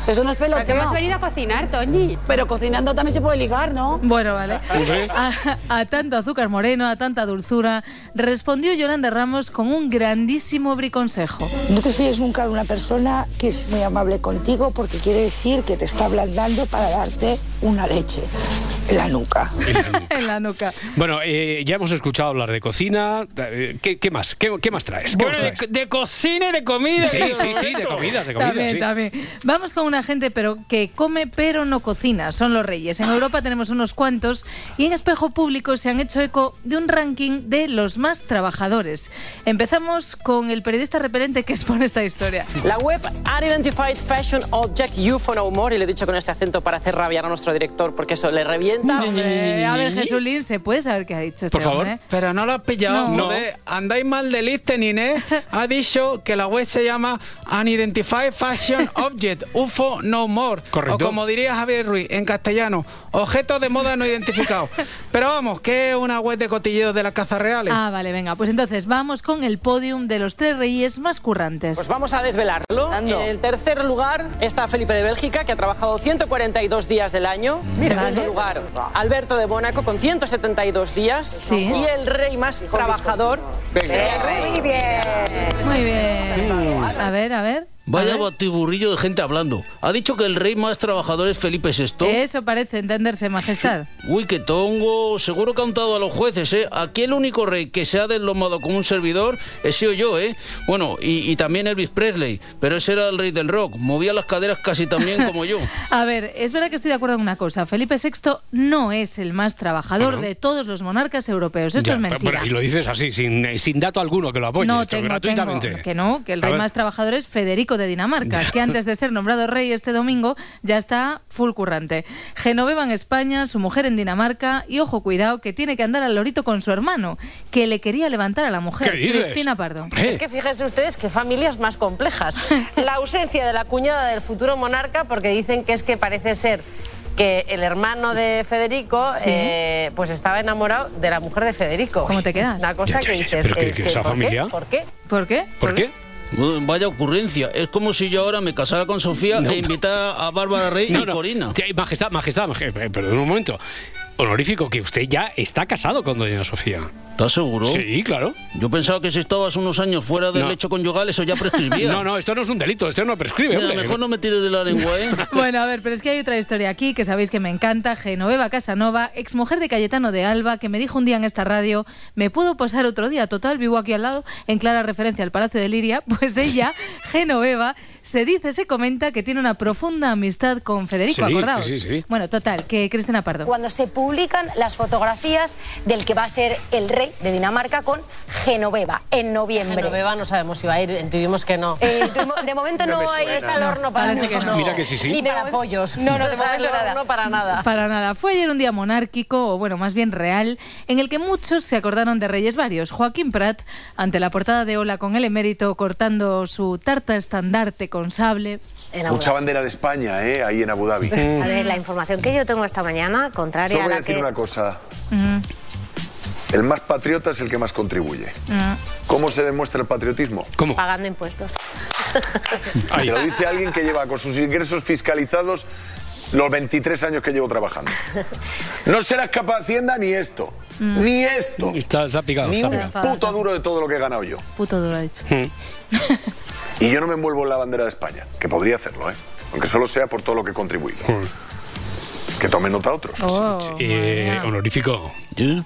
S7: Eso no es peloteo.
S19: Porque hemos venido a cocinar, Toñi.
S7: Pero cocinando también se puede ligar, ¿no?
S27: Bueno, vale.
S7: Hombre.
S27: A, a tanto azúcar moreno, a tanta dulzura, respondió Yolanda Ramos con un grandísimo briconsejo.
S17: No te fíes nunca de una persona que es muy amable contigo porque quiere decir que te está ablandando para darte una leche en la nuca.
S27: en la nuca.
S1: Bueno, eh, ya hemos escuchado hablar de cocina. eh, ¿Qué, qué más? ¿Qué, qué más traes? ¿Qué
S20: Bueno,
S1: más
S27: pues
S20: de,
S1: traes?
S20: de cocina y de comida.
S1: Sí,
S20: tío,
S1: sí, sí, de
S20: Roberto.
S1: comidas, de comidas.
S27: También,
S1: sí.
S27: también. Vamos con una gente pero que come pero no cocina. Son los reyes. En Europa tenemos unos cuantos y en Espejo Público se han hecho eco de un ranking de los más trabajadores. Empezamos con el periodista repelente que expone esta historia.
S7: La web Unidentified Fashion Object You for No More, y le he dicho con este acento para hacer rabiar a nuestro director porque eso le revienta.
S27: Eh, a ver, Jesulín, ¿se puede saber qué ha dicho este hombre?
S21: Pero no lo has pillado,
S27: No.
S21: joder. Andáis mal de listening, ¿eh? Ha dicho que la web se llama Unidentified Fashion Object, UFO No More.
S1: Correcto.
S21: O como diría Javier Ruiz, en castellano, objetos de moda no identificados. Pero vamos, que es una web de cotilleos de las cazas reales.
S27: Ah, vale, venga. Pues entonces vamos con el podium de los tres reyes más currantes.
S7: Pues vamos a desvelarlo. En el tercer lugar está Felipe de Bélgica, que ha trabajado 142 días del año. En segundo lugar, Alberto de Mónaco, con 172 días. Y el rey más trabajador.
S15: Muy bien.
S27: Muy bien. A ver, a ver.
S16: Vaya batiburrillo de gente hablando. Ha dicho que el rey más trabajador es Felipe
S1: Eh.
S16: VI.
S27: Eso parece entenderse, majestad.
S16: Uy, qué tongo. Seguro que ha untado a los jueces, ¿eh? Aquí el único rey que se ha deslomado con un servidor he sido yo, ¿eh? Bueno, y, y también Elvis Presley. Pero ese era el rey del rock. Movía las caderas casi también como yo.
S27: A ver, es verdad que estoy de acuerdo en una cosa. Felipe VI no es el más trabajador
S1: Bueno.
S27: de todos los monarcas europeos. Esto
S1: Ya,
S27: es
S1: pero-
S27: mentira.
S1: pero- y lo dices así, sin, eh, sin dato alguno que lo apoye,
S27: no,
S1: esto,
S27: tengo,
S1: gratuitamente.
S27: tengo. Que no, que el
S1: A
S27: rey
S1: ver.
S27: más trabajador es Federico de Dinamarca, que antes de ser nombrado rey este domingo ya está full currante. Genoveva en España, su mujer en Dinamarca y ojo, cuidado, que tiene que andar al lorito con su hermano, que le quería levantar a la mujer,
S8: ¿Qué dices?
S27: Cristina Pardo.
S8: Es que fíjense ustedes que familias más complejas. La ausencia de la cuñada del futuro monarca, porque dicen que es que parece ser que el hermano de Federico
S27: Sí.
S8: eh, pues estaba enamorado de la mujer de Federico.
S27: ¿Cómo te quedas?
S8: Una cosa
S16: Ya, ya,
S8: que
S16: ya,
S8: dices,
S16: pero que-
S8: eh,
S16: que esa
S8: ¿por qué?
S16: familia-
S8: ¿Por qué?
S27: ¿Por qué?
S16: ¿Por qué? Mm, Vaya ocurrencia. Es como si yo ahora me casara con Sofía e invitara a Bárbara Rey
S1: No,
S16: y
S1: no.
S16: Corina.
S1: Sí, Majestad, majestad, majestad, eh, perdón un momento. Honorífico, que usted ya está casado con doña Sofía.
S16: ¿Estás seguro?
S1: Sí, claro.
S16: Yo pensaba que si estabas unos años fuera del
S1: No.
S16: lecho conyugal, eso ya prescribía.
S1: No, no, esto no es un delito, esto no prescribe,
S16: Mira,
S1: hombre.
S16: mejor no me tires de la lengua, ¿eh?
S27: Bueno, a ver, pero es que hay otra historia aquí que sabéis que me encanta. Genoveva Casanova, exmujer de Cayetano de Alba, que me dijo un día en esta radio, ¿me puedo pasar otro día? Total, vivo aquí al lado, en clara referencia al Palacio de Liria. Pues ella, Genoveva, se dice, se comenta que tiene una profunda amistad con Federico,
S10: Sí,
S27: ¿acordaos?
S10: sí, sí, sí.
S27: Bueno, total, que Cristina Pardo.
S10: Cuando se publican las fotografías del que va a ser el rey de Dinamarca con Genoveva en noviembre.
S8: Genoveva no sabemos si va a ir, intuimos que no.
S10: Eh, de mo- de momento
S8: No
S10: no,
S8: me
S10: hay
S8: suena.
S10: calor, no para
S8: Parece que
S10: nada.
S8: no. Mira que sí, sí. Ni para
S10: momen-
S8: pollos.
S10: No, no, de
S8: Está
S10: momento
S8: el horno
S10: nada.
S8: para nada.
S10: Pa-
S27: Para nada. Fue ayer un día monárquico, o bueno, más bien real, en el que muchos se acordaron de Reyes Varios. Joaquín Prat, ante la portada de Ola con el emérito cortando su tarta estandarte con sable.
S10: Mucha bandera de España, ¿eh? Ahí en Abu Dhabi.
S27: Mm.
S10: A ver, la información que yo tengo esta mañana, Solo contraria a voy a la decir que... una cosa. El más patriota es el que más contribuye. ¿Cómo se demuestra el patriotismo? ¿Cómo?
S35: Pagando impuestos.
S10: Te lo dice alguien que lleva con sus ingresos fiscalizados los 23 años que llevo trabajando. No serás capaz de Hacienda ni esto.
S1: Mm.
S10: Ni esto.
S1: Está, está picado.
S10: Ni
S1: está
S10: un
S1: picado.
S10: puto duro de todo lo que he ganado yo.
S27: Puto duro, ha dicho.
S10: Hmm. Y yo no me envuelvo en la bandera de España, que podría hacerlo, ¿eh? aunque solo sea por todo lo que he contribuido. Que tomen nota otros.
S27: Oh,
S1: Eh, honorífico.
S16: ¿Eh?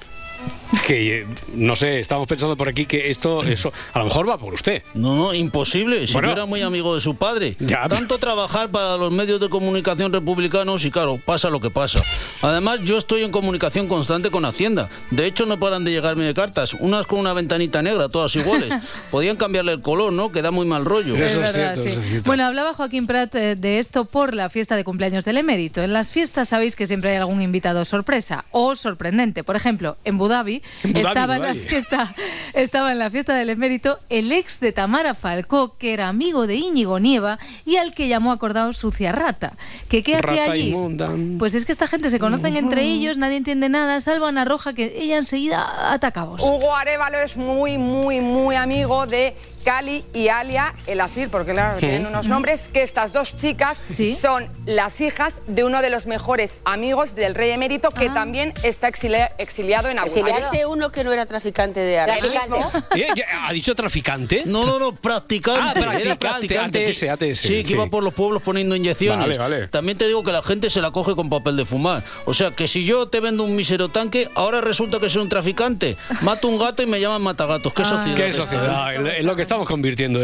S1: Que eh, no sé, estamos pensando por aquí que esto, eso, a lo mejor va por usted.
S16: No, no, imposible. Si
S1: Bueno.
S16: yo era muy amigo de su padre.
S1: Ya.
S16: Tanto trabajar para los medios de comunicación republicanos y claro, pasa lo que pasa. Además, yo estoy en comunicación constante con Hacienda. De hecho, no paran de llegarme cartas. Unas con una ventanita negra, todas iguales. Podían cambiarle el color, ¿no? Que da muy mal rollo.
S1: Eso es Es verdad, cierto, sí. eso es cierto.
S27: Bueno, hablaba Joaquín Prat eh, de esto por la fiesta de cumpleaños del emérito. En las fiestas sabéis que siempre hay algún invitado sorpresa o sorprendente. Por ejemplo, en Abu Dhabi,
S15: En Abu Dhabi,
S27: estaba, en la
S15: Abu Dhabi.
S27: fiesta, estaba en la fiesta del emérito el ex de Tamara Falcó, que era amigo de Íñigo Nieva y al que llamó acordado sucia rata. ¿Que ¿Qué hacía
S1: Rata
S27: allí?
S1: inmunda.
S27: Pues es que esta gente se conocen entre ellos, nadie entiende nada, salvo a Ana Roja, que ella enseguida atacamos.
S17: Hugo Arevalo es muy, muy, muy amigo de Cali y Alia El Asir, porque claro,
S27: Sí.
S17: tienen unos nombres, que estas dos chicas son las hijas de uno de los mejores amigos del rey emérito, que también está exili- exiliado en Abu Dhabi.
S36: Exiliado. Este
S17: uno que no era traficante de
S36: armas.
S1: Eh, ya- ¿Ha dicho traficante?
S16: No, no, no, practicante.
S1: Ah,
S16: Era
S1: practicante, ATS, ATS,
S16: Sí, que
S1: sí.
S16: iba por los pueblos poniendo inyecciones.
S1: Vale, vale.
S16: También te digo que la gente se la coge con papel de fumar. O sea, que si yo te vendo un mísero tanque, ahora resulta que soy un traficante. Mato un gato y me llaman matagatos.
S27: Ah.
S16: ¿Qué sociedad?
S1: Ah, Qué
S16: es esta, eh?
S1: sociedad, en lo- en lo que estamos convirtiendo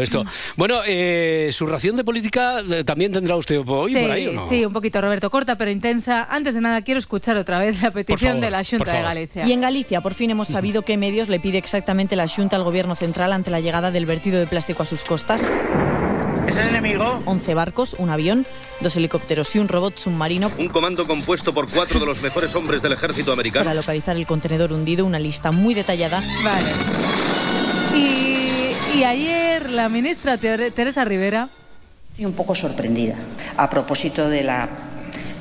S1: esto. Bueno, eh, su ración de política eh, también tendrá usted hoy
S27: sí,
S1: por ahí, ¿o no?
S27: sí, un poquito, Roberto, corta pero intensa. Antes de nada, quiero escuchar otra vez la petición
S1: favor,
S27: de la
S1: por
S27: Junta de
S1: favor.
S27: Galicia.
S33: Y en Galicia, por fin hemos sabido qué medios le pide exactamente la Junta al Gobierno Central ante la llegada del vertido de plástico a sus costas. ¿Es el enemigo? 11 barcos, un avión, dos helicópteros y un robot submarino
S37: Un comando compuesto por cuatro de los mejores hombres del ejército
S33: para
S37: americano.
S33: localizar el contenedor hundido, una lista muy detallada.
S27: Vale. Y, y ayer la ministra Teore- Teresa Rivera
S36: Estoy un poco sorprendida a propósito de la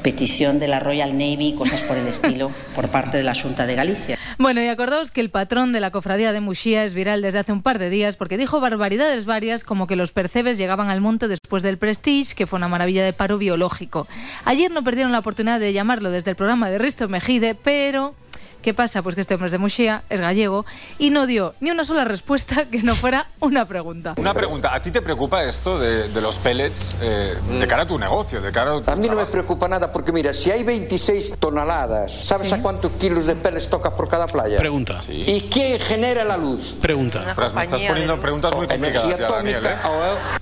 S36: petición de la Royal Navy y cosas por el estilo por parte de la Junta de Galicia.
S27: Bueno, y acordaos que el patrón de la cofradía de Muxía es viral desde hace un par de días porque dijo barbaridades varias como que los percebes llegaban al monte después del Prestige, que fue una maravilla de paro biológico. Ayer no perdieron la oportunidad de llamarlo desde el programa de Risto Mejide, pero... ¿Qué pasa? Pues que este hombre es de Muxía, es gallego, y no dio ni una sola respuesta que no fuera una pregunta.
S9: Una pregunta, ¿a ti te preocupa esto de, de los pellets eh, de cara a tu negocio, de cara a...
S25: A mí no me preocupa nada porque mira, si hay 26 toneladas, ¿sabes a cuántos kilos de peles tocas por cada playa?
S1: Pregunta.
S25: ¿Y quién genera la luz?
S1: Pregunta.
S9: Ostras, me estás poniendo preguntas muy complicadas ya, Daniel, ¿eh?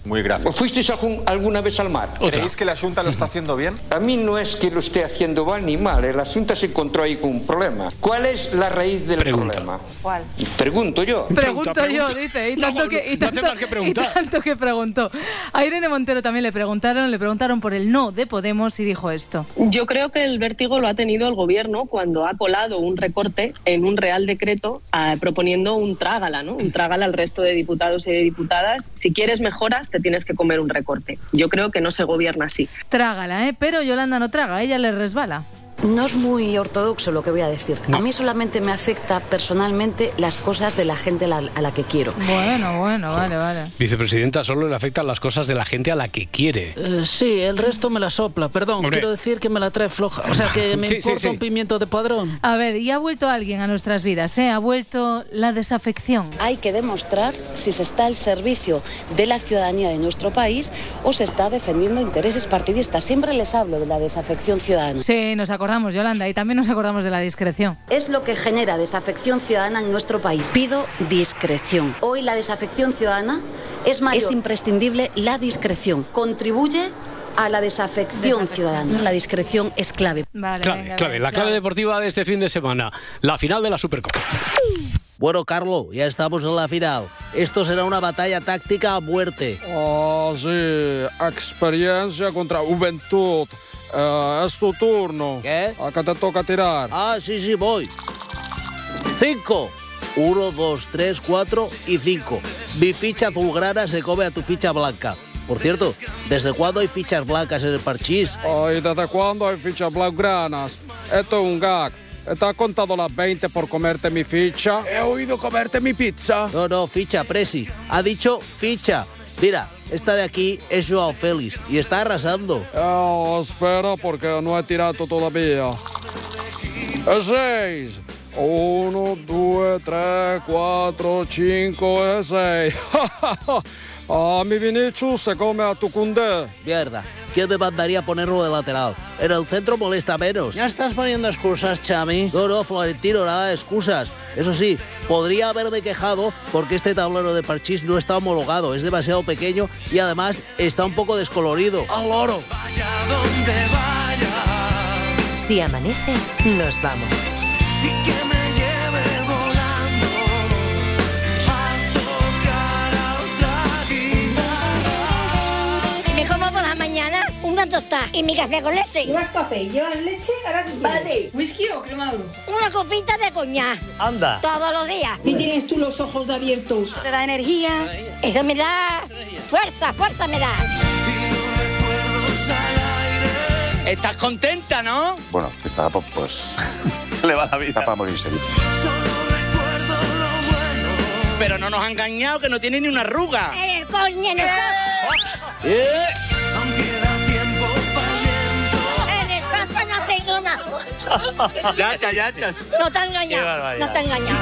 S9: Muy gráfico.
S25: ¿Fuisteis algún- alguna vez al mar?
S9: ¿Creéis que la Junta lo está haciendo bien?
S25: A mí no es que lo esté haciendo mal ni mal, el asunto se encontró ahí con un problema. ¿Cuál es la raíz del problema?
S36: ¿Cuál?
S25: Pregunto yo.
S27: Pregunto yo, dice. Y tanto, que, y, tanto, y tanto que preguntó. A Irene Montero también le preguntaron, le preguntaron por el no de Podemos y dijo esto.
S25: Yo creo que el vértigo lo ha tenido el gobierno cuando ha colado un recorte en un real decreto ah, proponiendo un trágala, ¿no? Un trágala al resto de diputados y de diputadas. Si quieres mejoras, te tienes que comer un recorte. Yo creo que no se gobierna así.
S27: Trágala, ¿eh? Pero Yolanda no traga, ella le resbala.
S26: No es muy ortodoxo lo que voy a decir. A mí solamente me afecta personalmente las cosas de la gente a la, a la que quiero.
S27: Bueno, bueno, vale, vale.
S1: Vicepresidenta, solo le afectan las cosas de la gente a la que quiere.
S16: Eh, sí, el resto me la sopla, perdón.
S1: Hombre.
S16: Quiero decir que me la trae floja. O sea, que me
S1: Sí, sí,
S16: importa
S1: sí.
S16: un pimiento de padrón.
S27: A ver, y ha vuelto alguien a nuestras vidas, ¿eh? Ha vuelto la desafección.
S26: Hay que demostrar si se está al servicio de la ciudadanía de nuestro país o se está defendiendo intereses partidistas. Siempre les hablo de la desafección ciudadana.
S27: Sí, nos acordamos, Yolanda, y también nos acordamos de la discreción.
S26: Es lo que genera desafección ciudadana en nuestro país. Pido discreción. Hoy la desafección ciudadana es mayor. Es imprescindible la discreción. Contribuye a la desafección ciudadana. La discreción es clave.
S27: Vale,
S1: Clave, clave. La clave deportiva de este fin de semana, la final de la Supercopa.
S28: Bueno, Carlos, ya estamos en la final. Esto será una batalla táctica a muerte.
S26: Oh, sí, experiencia contra juventud. Eh, es tu turno. ¿Qué? Acá te toca tirar.
S28: Ah, sí, sí, voy. Cinco. Uno, dos, tres, cuatro y cinco. Mi ficha azulgrana se come a tu ficha blanca. Por cierto, ¿desde cuándo hay fichas blancas en el parchís?
S26: Oh, ¿y desde cuándo hay fichas blaugranas? Esto es un gag.
S28: ¿Te has contado las 20 por comerte mi ficha? He oído comerte mi pizza.
S16: No, no, ficha, Presi. Ha dicho ficha. Mira, esta de aquí es Joao Félix y está arrasando.
S28: Eh, espera porque no he tirado todavía. 6. 1, 2, 3, 4, 5, 6. a Ah, mi Vinicius se come a tu cundé.
S16: Mierda, ¿quién me mandaría a ponerlo de lateral? En el centro molesta menos. Ya estás poniendo excusas, Chami. No, no, Florentino, nada de excusas. Eso sí, podría haberme quejado porque este tablero de parchís no está homologado, es demasiado pequeño y además está un poco descolorido. ¡Al oro!
S3: Si amanece, nos vamos.
S33: Me como por la mañana una tostada y mi café con leche.
S11: Llevas café, llevas leche, ahora qué
S33: Vale.
S11: ¿Whisky o crema
S33: Una copita de coñac.
S16: Anda.
S33: Todos los días.
S11: Y tienes tú los ojos de abiertos.
S33: Eso te da energía. Eso me da fuerza, fuerza me da.
S1: Estás contenta, ¿no?
S38: Bueno, que está, pues, pues. Se le va la vida. Está para morirse.
S1: Pero no nos ha engañado, que no tiene ni una arruga.
S33: En el coño, en el saco.
S16: Eh,
S33: En el saco no tengo nada.
S1: Ya está, ya está.
S33: No te
S1: Qué
S33: engañas,
S1: barbaridad.
S33: no te engañas.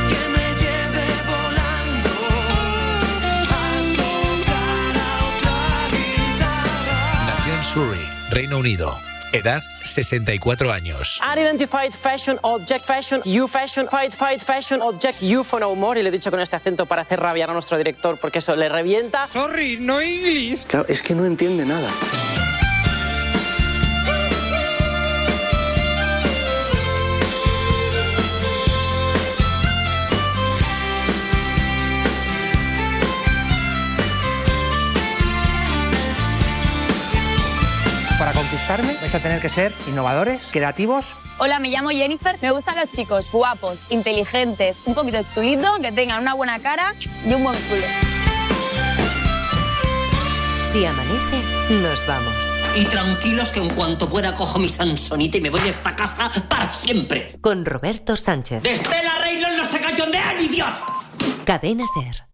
S6: Nación Surrey, Reino Unido. Edad 64 años.
S7: Unidentified fashion object fashion you fashion fight fight fashion object you for no more y le he dicho con este acento para hacer rabiar a nuestro director porque eso le revienta. Sorry, no English.
S9: Claro, es que no entiende nada.
S39: Para conquistarme vais a tener que ser innovadores, creativos.
S12: Hola, me llamo Jennifer. Me gustan los chicos guapos, inteligentes, un poquito chulitos, que tengan una buena cara y un buen culo.
S3: Si amanece, nos vamos.
S40: Y tranquilos que en cuanto pueda cojo mi Sansonita y me voy de esta casa para siempre.
S3: Con Roberto Sánchez.
S40: Desde la Reynolds no se cachondean, Dios.
S3: Cadena Ser.